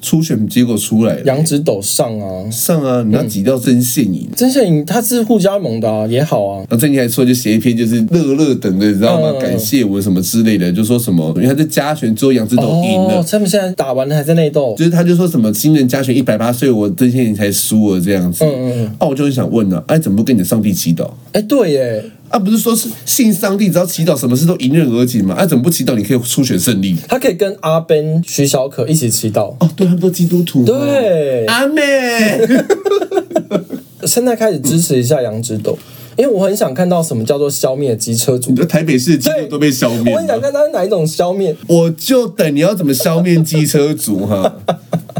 Speaker 2: 初选结果出来了，
Speaker 1: 杨紫斗上啊，
Speaker 2: 上啊，你要挤掉曾宪颖。
Speaker 1: 曾宪颖他是互加盟的啊，也好啊。
Speaker 2: 然后最近还说就写一篇就是乐乐等的，你知道吗？
Speaker 1: 嗯
Speaker 2: 感谢我什么之类的，就说什么，因为他在加权之后杨志斗赢了。
Speaker 1: 哦，他们现在打完了还在内斗
Speaker 2: 就，是他就说什么新人加权一百八岁，我这些年才输了这样子。
Speaker 1: 嗯嗯嗯
Speaker 2: 啊，我就很想问了、啊，哎、怎么不跟你的上帝祈祷？
Speaker 1: 哎，对耶，
Speaker 2: 啊，不是说是信上帝，只要祈祷，什么事都迎刃而解嘛？啊，怎么不祈祷？你可以初选胜利。
Speaker 1: 他可以跟阿 Ben、徐小可一起祈祷。
Speaker 2: 哦，对，他们都基督徒。
Speaker 1: 对
Speaker 2: 阿妹，
Speaker 1: 现在开始支持一下杨枝斗，因为我很想看到什么叫做消灭机车族
Speaker 2: 你。的台北市的基督徒都被消灭
Speaker 1: 我很想
Speaker 2: 了。
Speaker 1: 看他是哪一种消灭。
Speaker 2: 我就等你要怎么消灭机车族
Speaker 1: *laughs*
Speaker 2: 哈。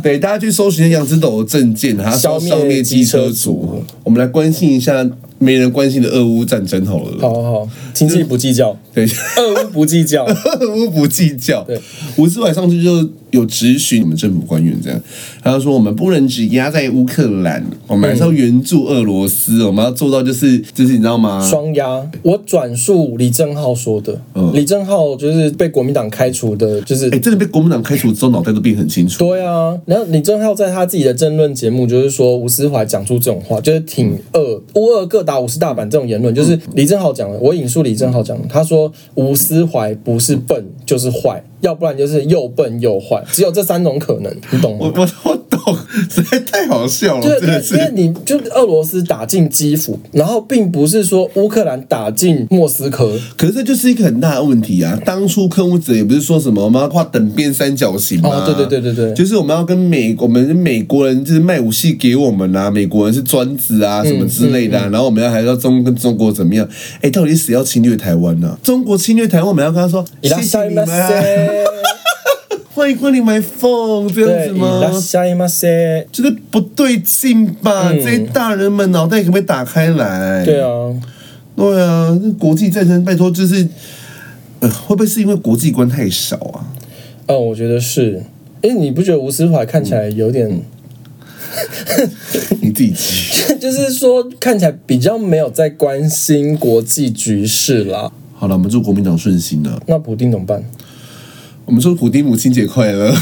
Speaker 2: 对，大家去搜寻杨之斗的证件，他说
Speaker 1: 消灭
Speaker 2: 消灭
Speaker 1: 机
Speaker 2: 机车
Speaker 1: 车
Speaker 2: 族
Speaker 1: 族。
Speaker 2: 我们来关心一下没人关心的俄乌战争好了。
Speaker 1: 好好好，经济不计较，
Speaker 2: 对。
Speaker 1: 二乌不计较。
Speaker 2: *laughs* 我不计较。
Speaker 1: 对，
Speaker 2: 吴思怀上次就有质询我们政府官员这样，他就说我们不能只压在乌克兰，我们还是要援助俄罗斯，我们要做到就是就是你知道吗？
Speaker 1: 双压，我转述李正浩说的。
Speaker 2: 嗯
Speaker 1: 李正浩就是被国民党开除的，就是
Speaker 2: 哎、真的被国民党开除之后，脑袋都变很清楚。
Speaker 1: 对啊，然后李正浩在他自己的政论节目，就是说吴思怀讲出这种话，就是挺恶乌二各打五十大板这种言论，
Speaker 2: 嗯
Speaker 1: 就是李正浩讲的。我引述李正浩讲的，他说吴思怀不是笨就是坏，要不然就是又笨又坏，只有这三种可能，你懂
Speaker 2: 我
Speaker 1: 吗？
Speaker 2: 我我懂， *laughs* 实在太好笑了，
Speaker 1: 对，
Speaker 2: 真的
Speaker 1: 因为因为
Speaker 2: 是。
Speaker 1: 你就俄罗斯打进基辅，然后并不是说乌克兰打进莫斯科，
Speaker 2: 可是这就是一个很大的问题啊！当初科乌者也不是说什么我们要画等边三角形吗？
Speaker 1: 哦对对对对对
Speaker 2: 就是我们要跟美我们美国人就是卖武器给我们啊，美国人是专制啊
Speaker 1: 嗯
Speaker 2: 什么之类的、啊然后我们要还要中跟中国怎么样？哎，到底谁要侵略台湾呢、中国侵略台湾，我们要跟他说
Speaker 1: 伊拉
Speaker 2: 谢谢
Speaker 1: 塞
Speaker 2: 你
Speaker 1: 马
Speaker 2: 们、啊，
Speaker 1: 塞，
Speaker 2: 欢迎光临 my phone 这样
Speaker 1: 对，
Speaker 2: 子
Speaker 1: 伊
Speaker 2: 吗？
Speaker 1: 拉塞马塞，
Speaker 2: 觉得不对劲吧？这些大人们脑袋可不可以打开
Speaker 1: 嗯
Speaker 2: 来？
Speaker 1: 对啊，
Speaker 2: 对啊，那国际战争，拜托，就是、呃，会不会是因为国际观太少啊？ *laughs*
Speaker 1: 嗯，我觉得是，因为你不觉得吴思怀看起来有点，
Speaker 2: 嗯你自己记。
Speaker 1: *laughs* 就是说看起来比较没有在关心国际局势啦？
Speaker 2: 好了，我们祝国民党顺心了。
Speaker 1: 那普丁怎么办？
Speaker 2: 我们祝普丁母亲节
Speaker 1: *laughs*
Speaker 2: 快乐。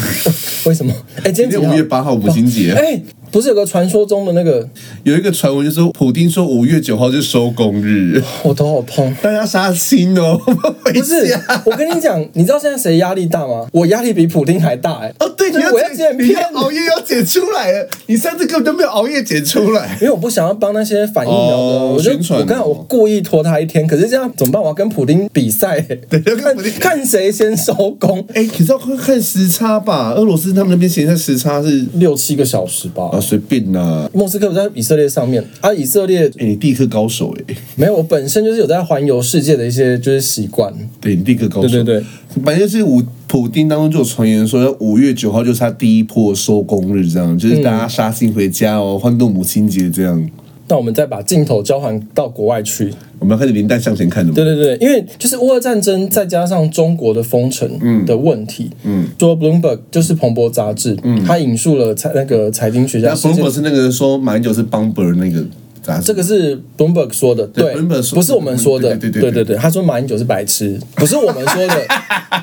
Speaker 1: 为什么？哎、今
Speaker 2: 今
Speaker 1: 天几
Speaker 2: 天
Speaker 1: 号
Speaker 2: 五月八号母
Speaker 1: *laughs*
Speaker 2: 亲节，
Speaker 1: 哎、不是有个传说中的那
Speaker 2: *laughs*
Speaker 1: 个，
Speaker 2: 有一个传闻就说普丁说五月九号是收工
Speaker 1: *laughs*
Speaker 2: 日，
Speaker 1: 我头好痛。
Speaker 2: 大家杀青哦，
Speaker 1: *laughs* 不
Speaker 2: 不
Speaker 1: 是，我跟你讲，你知道现在谁压力大吗？我压力比普丁还大哎、
Speaker 2: *laughs* 哦，对，你
Speaker 1: 就是
Speaker 2: 要
Speaker 1: 我要
Speaker 2: 剪
Speaker 1: 剪
Speaker 2: 你要哦
Speaker 1: 片
Speaker 2: 熬夜要剪出来了，你上次根本就没有熬夜剪出来。
Speaker 1: 因为我不想要帮那些反疫苗的，
Speaker 2: 哦
Speaker 1: 我就
Speaker 2: 宣传
Speaker 1: 我刚好
Speaker 2: 哦
Speaker 1: 我故意拖他一天，可是这样怎么办？我要跟普丁比赛、欸，
Speaker 2: 要跟
Speaker 1: 看
Speaker 2: 普丁
Speaker 1: 看谁先收工，
Speaker 2: 哎、可是要看看时差吧，俄罗斯他们那边现在时差是
Speaker 1: 六七个小时吧。
Speaker 2: 啊随便啦。
Speaker 1: 莫斯科不在以色列上面，啊，以色列
Speaker 2: 哎、你第一颗高手哎、
Speaker 1: 没有，我本身就是有在环游世界的一些就是习惯，
Speaker 2: 对，你第一个高手。
Speaker 1: 对对
Speaker 2: 反正就是五普丁当中就有传言说，五月九号就是他第一波收工日，这样就是大家杀青回家哦，欢度母亲节这样。
Speaker 1: 那我们再把镜头交还到国外去。
Speaker 2: 我们要开始林丹向前看的吗？
Speaker 1: 对对对，因为就是乌俄战争，再加上中国的封城的问题，嗯，说 Bloomberg 就是彭博杂志，嗯，他引述了财那个财经学家，
Speaker 2: 那 Bloomberg 是那个说马英九是 Bomber 那个杂志，
Speaker 1: 这个是 Bloomberg 说的，
Speaker 2: 对
Speaker 1: 对
Speaker 2: Bloomberg 说的
Speaker 1: 不是我们说的，
Speaker 2: 对对对对
Speaker 1: 对对他说马英九是白痴，不是我们说
Speaker 2: *laughs*
Speaker 1: 的，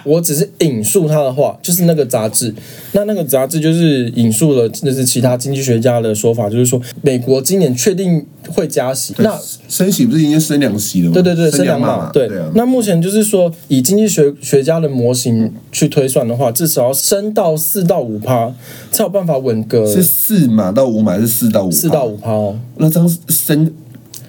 Speaker 1: 我只是引述他的话，就是那个杂志，那那个杂志就是引述了，就是其他经济学家的说法，就是说美国今年确定会加息。
Speaker 2: 对
Speaker 1: 那
Speaker 2: 升息不是已经升两息了吗？
Speaker 1: 对对对，升
Speaker 2: 两
Speaker 1: 两
Speaker 2: 码嘛
Speaker 1: 码。对
Speaker 2: 对啊，
Speaker 1: 那目前就是说，以经济学学家的模型去推算的话，至少要升到四到五趴，才有办法稳个
Speaker 2: 是四码到五码，还是四到五？
Speaker 1: 四到五，趴哦，
Speaker 2: 那这样升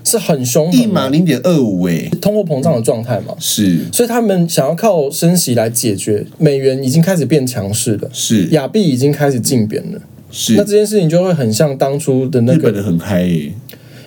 Speaker 1: 是很凶狠的
Speaker 2: 一码零点二五，哎，
Speaker 1: 通货膨胀的状态嘛。
Speaker 2: 是
Speaker 1: 所以他们想要靠升息来解决，美元已经开始变强势了，
Speaker 2: 是
Speaker 1: 亚币已经开始竞贬了。
Speaker 2: 是，
Speaker 1: 那这件事情就会很像当初的那
Speaker 2: 日
Speaker 1: 个
Speaker 2: 本人很嗨哎耶，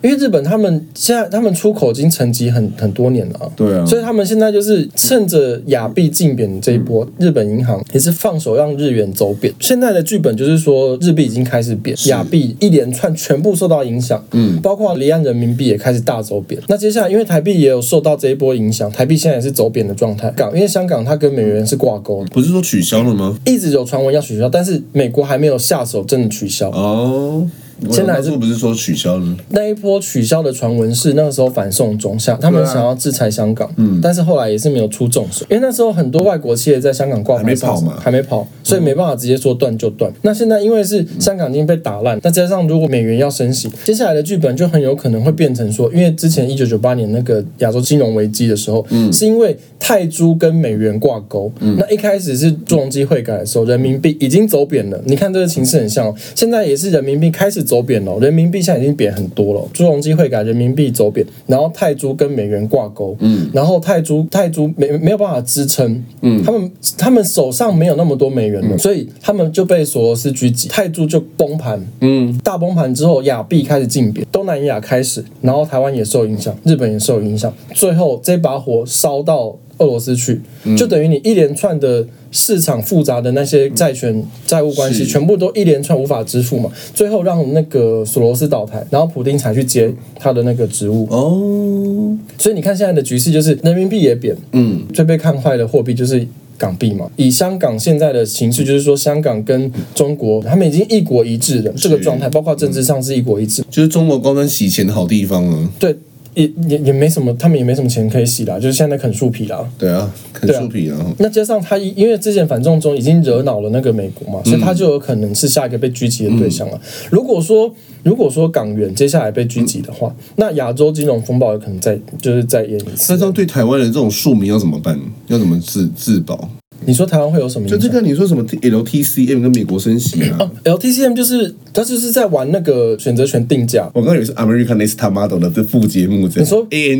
Speaker 1: 因为日本他们现在他们出口已经沉寂很很多年了、啊，
Speaker 2: 对啊
Speaker 1: 所以他们现在就是趁着亚币竞贬这一
Speaker 2: 嗯
Speaker 1: 波，日本银行也是放手让日元走贬。现在的剧本就是说，日币已经开始贬，亚币一连串全部受到影响，嗯，包括离岸人民币也开始大走贬。那接下来因为台币也有受到这一波影响，台币现在也是走贬的状态。港因为香港它跟美元是挂钩的。
Speaker 2: 不是说取消了吗？
Speaker 1: 一直有传闻要取消，但是美国还没有下手真的取消。
Speaker 2: 哦，我
Speaker 1: 现在还
Speaker 2: 当
Speaker 1: 是
Speaker 2: 初不是说取消了？
Speaker 1: 那一波取消的传闻是那个时候反送中下，他们
Speaker 2: 对啊
Speaker 1: 想要制裁香港，
Speaker 2: 啊嗯
Speaker 1: 但是后来也是没有出重手，因为那时候很多外国企业在香港挂牌
Speaker 2: 还没跑
Speaker 1: 上市
Speaker 2: 嘛嗯
Speaker 1: 还没跑，所以没办法直接说断就断。那现在因为是香港已经被打烂，那加上如果美元要升息，接下来的剧本就很有可能会变成说，因为之前一九九八年那个亚洲金融危机的时候，
Speaker 2: 嗯
Speaker 1: 是因为泰铢跟美元挂钩，那一开始是朱镕基汇改的时候，人民币已经走贬了，你看这个情势很像、哦，现在也是人民币开始走贬了哦，人民币现在已经贬很多了哦，朱镕基汇改人民币走贬，然后泰铢跟美元挂钩，嗯，然后泰铢泰铢没没有办法支撑，嗯，他们他们手上没有那么多美元了，所以他们就被索罗斯狙击，泰铢就崩盘，嗯，大崩盘之后，亚币开始竞贬，东南亚开始，然后台湾也受影响，日本也受影响，最后这把火烧到俄罗斯去，就等于你一连串的市场复杂的那些债权债务关系，
Speaker 2: 是
Speaker 1: 全部都一连串无法支付嘛，最后让那个索罗斯倒台，然后普丁才去接他的那个职务。
Speaker 2: 哦，
Speaker 1: 所以你看现在的局势就是人民币也贬，
Speaker 2: 嗯，
Speaker 1: 最被看坏的货币就是。港币嘛，以香港现在的形势，就是说香港跟中国他们已经一国一制的这个状态，包括政治上是一国一制，
Speaker 2: 就是中国高端洗钱的好地方啊。
Speaker 1: 对，也也也没什么，他们也没什么钱可以洗啦，就是现在在啃树皮啦。
Speaker 2: 对啊，啃
Speaker 1: 对啊
Speaker 2: 树皮啊。
Speaker 1: 那加上他，因为之前反送中已经惹恼了那个美国嘛，所以他就有可能是下一个被狙击的对象了。如果说如果说港元接下来被狙击的话，那亚洲金融风暴有可能再就是再演一
Speaker 2: 那
Speaker 1: 次
Speaker 2: 这。样对台湾人这种庶民要怎么办？要怎么自自保？
Speaker 1: 你说台湾会有什么影
Speaker 2: 就
Speaker 1: 响？
Speaker 2: 这个，你说什么 LTCM 跟美国升息啊？
Speaker 1: LTCM 就是他就是在玩那个选择权定价，
Speaker 2: *coughs* 我刚刚以为是 American Next Top Model 的这副节目，这样
Speaker 1: 你说还是
Speaker 2: ANTM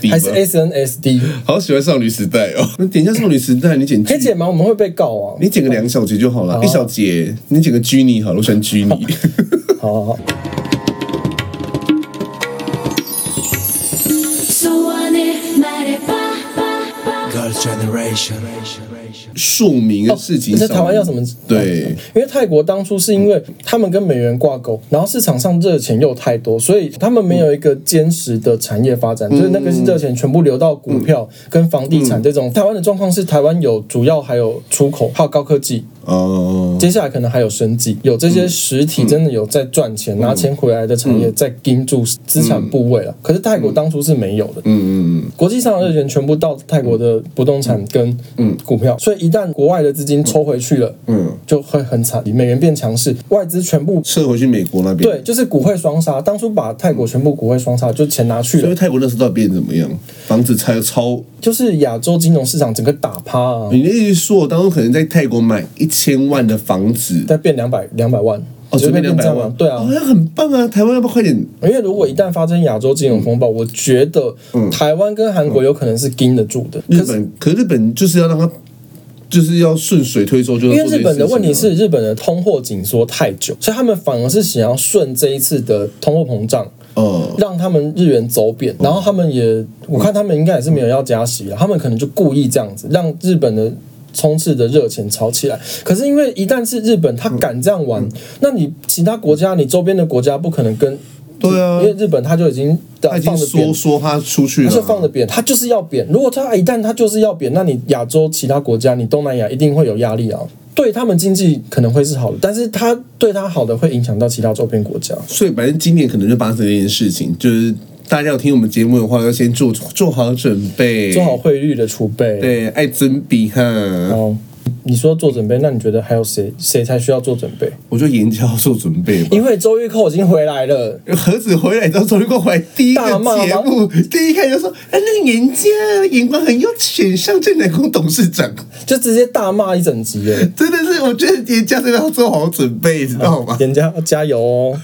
Speaker 2: 地方
Speaker 1: SNSD？
Speaker 2: 好喜欢少女时代哦。那点一下少女时代，你剪
Speaker 1: 可以
Speaker 2: 剧
Speaker 1: 解吗？我们会被告啊！
Speaker 2: 你剪个两小节就好了，一小节你剪个 g 你好了，我喜欢 g 你。 *laughs*
Speaker 1: 好好好，
Speaker 7: Girls' generation.
Speaker 2: 庶民跟市井
Speaker 1: 那
Speaker 2: 小民，
Speaker 1: 台湾要什么？
Speaker 2: 对，
Speaker 1: 因为泰国当初是因为他们跟美元挂钩，然后市场上热钱又太多，所以他们没有一个坚实的产业发
Speaker 2: 嗯
Speaker 1: 展，就是那个热钱全部流到股票跟房地产这种。台湾的状况是，台湾有主要还有出口，还有高科技，
Speaker 2: 哦，
Speaker 1: 接下来可能还有生计，有这些
Speaker 2: 嗯
Speaker 1: 实体真的有在赚钱、拿钱回来的产业在盯住资产部位了。可是泰国当初是没有的，
Speaker 2: 嗯嗯嗯嗯，
Speaker 1: 国际上的热钱全部到泰国的不动产跟股票，所以一旦国外的资金抽回去了，
Speaker 2: 嗯，
Speaker 1: 就会很惨，美元变强势，外资全部
Speaker 2: 撤回去美国那边。
Speaker 1: 对，，就是股汇双杀。当初把泰国全部股汇双杀，就钱拿去
Speaker 2: 所以
Speaker 1: 了，
Speaker 2: 泰国那时候到底变成怎么样？房子拆超，
Speaker 1: 就是亚洲金融市场整个打趴啊，
Speaker 2: 你的意思说我当初可能在泰国买一千万的房子，
Speaker 1: 再变两百两百万，就
Speaker 2: 哦，随
Speaker 1: 变
Speaker 2: 便两
Speaker 1: 成这
Speaker 2: 百
Speaker 1: 样
Speaker 2: 万
Speaker 1: 啊，，对啊，
Speaker 2: 好像很棒啊！台湾要不要快点？
Speaker 1: 因为如果一旦发生亚洲金融风暴，我觉得台湾跟韩国有可能是盯得住的。
Speaker 2: 日
Speaker 1: 可是
Speaker 2: 本，可是日本就是要让它，就是要顺水推舟，就
Speaker 1: 因
Speaker 2: 是
Speaker 1: 为
Speaker 2: 要做这
Speaker 1: 日
Speaker 2: 件
Speaker 1: 本的
Speaker 2: 事情啊
Speaker 1: 问题是，日本的通货紧缩太久，所以他们反而是想要顺这一次的通货膨胀，
Speaker 2: 哦，
Speaker 1: 让他们日元走贬，然后他们也，我看他们应该也是没有要加息了，他们可能就故意这样子，让日本的充斥的热钱炒起来。可是因为一旦是日本，他敢这样玩，那你其他国家，你周边的国家不可能跟，
Speaker 2: 对啊
Speaker 1: 因为日本他就已经
Speaker 2: 他已经
Speaker 1: 放着贬
Speaker 2: 说说他出去
Speaker 1: 它
Speaker 2: 了，
Speaker 1: 是放着贬，它就是要贬。如果它一旦它就是要贬，那你亚洲其他国家，你东南亚一定会有压力啊。对他们经济可能会是好的，但是它对它好的会影响到其他周边国家。
Speaker 2: 所以反正今年可能就发生这件事情，就是大家要听我们节目的话，要先做做好准备，
Speaker 1: 做好汇率的储备。
Speaker 2: 对，爱尊比哈。
Speaker 1: 哦，你说做准备，那你觉得还有谁谁才需要做准备？
Speaker 8: 我觉得严家要做准备吧。
Speaker 1: 因为周玉蔻已经回来了，
Speaker 2: 何止回来，你知道周立光回来第一个
Speaker 1: 大骂吗
Speaker 2: 节目，第一开始就说：“哎，那个严家眼光很优选上正南宫董事长。
Speaker 1: 就直接大骂一整集 *laughs* 耶”。
Speaker 2: 真的是，我觉得严家真的要做好准备，你知道吗？
Speaker 1: 人家加油哦！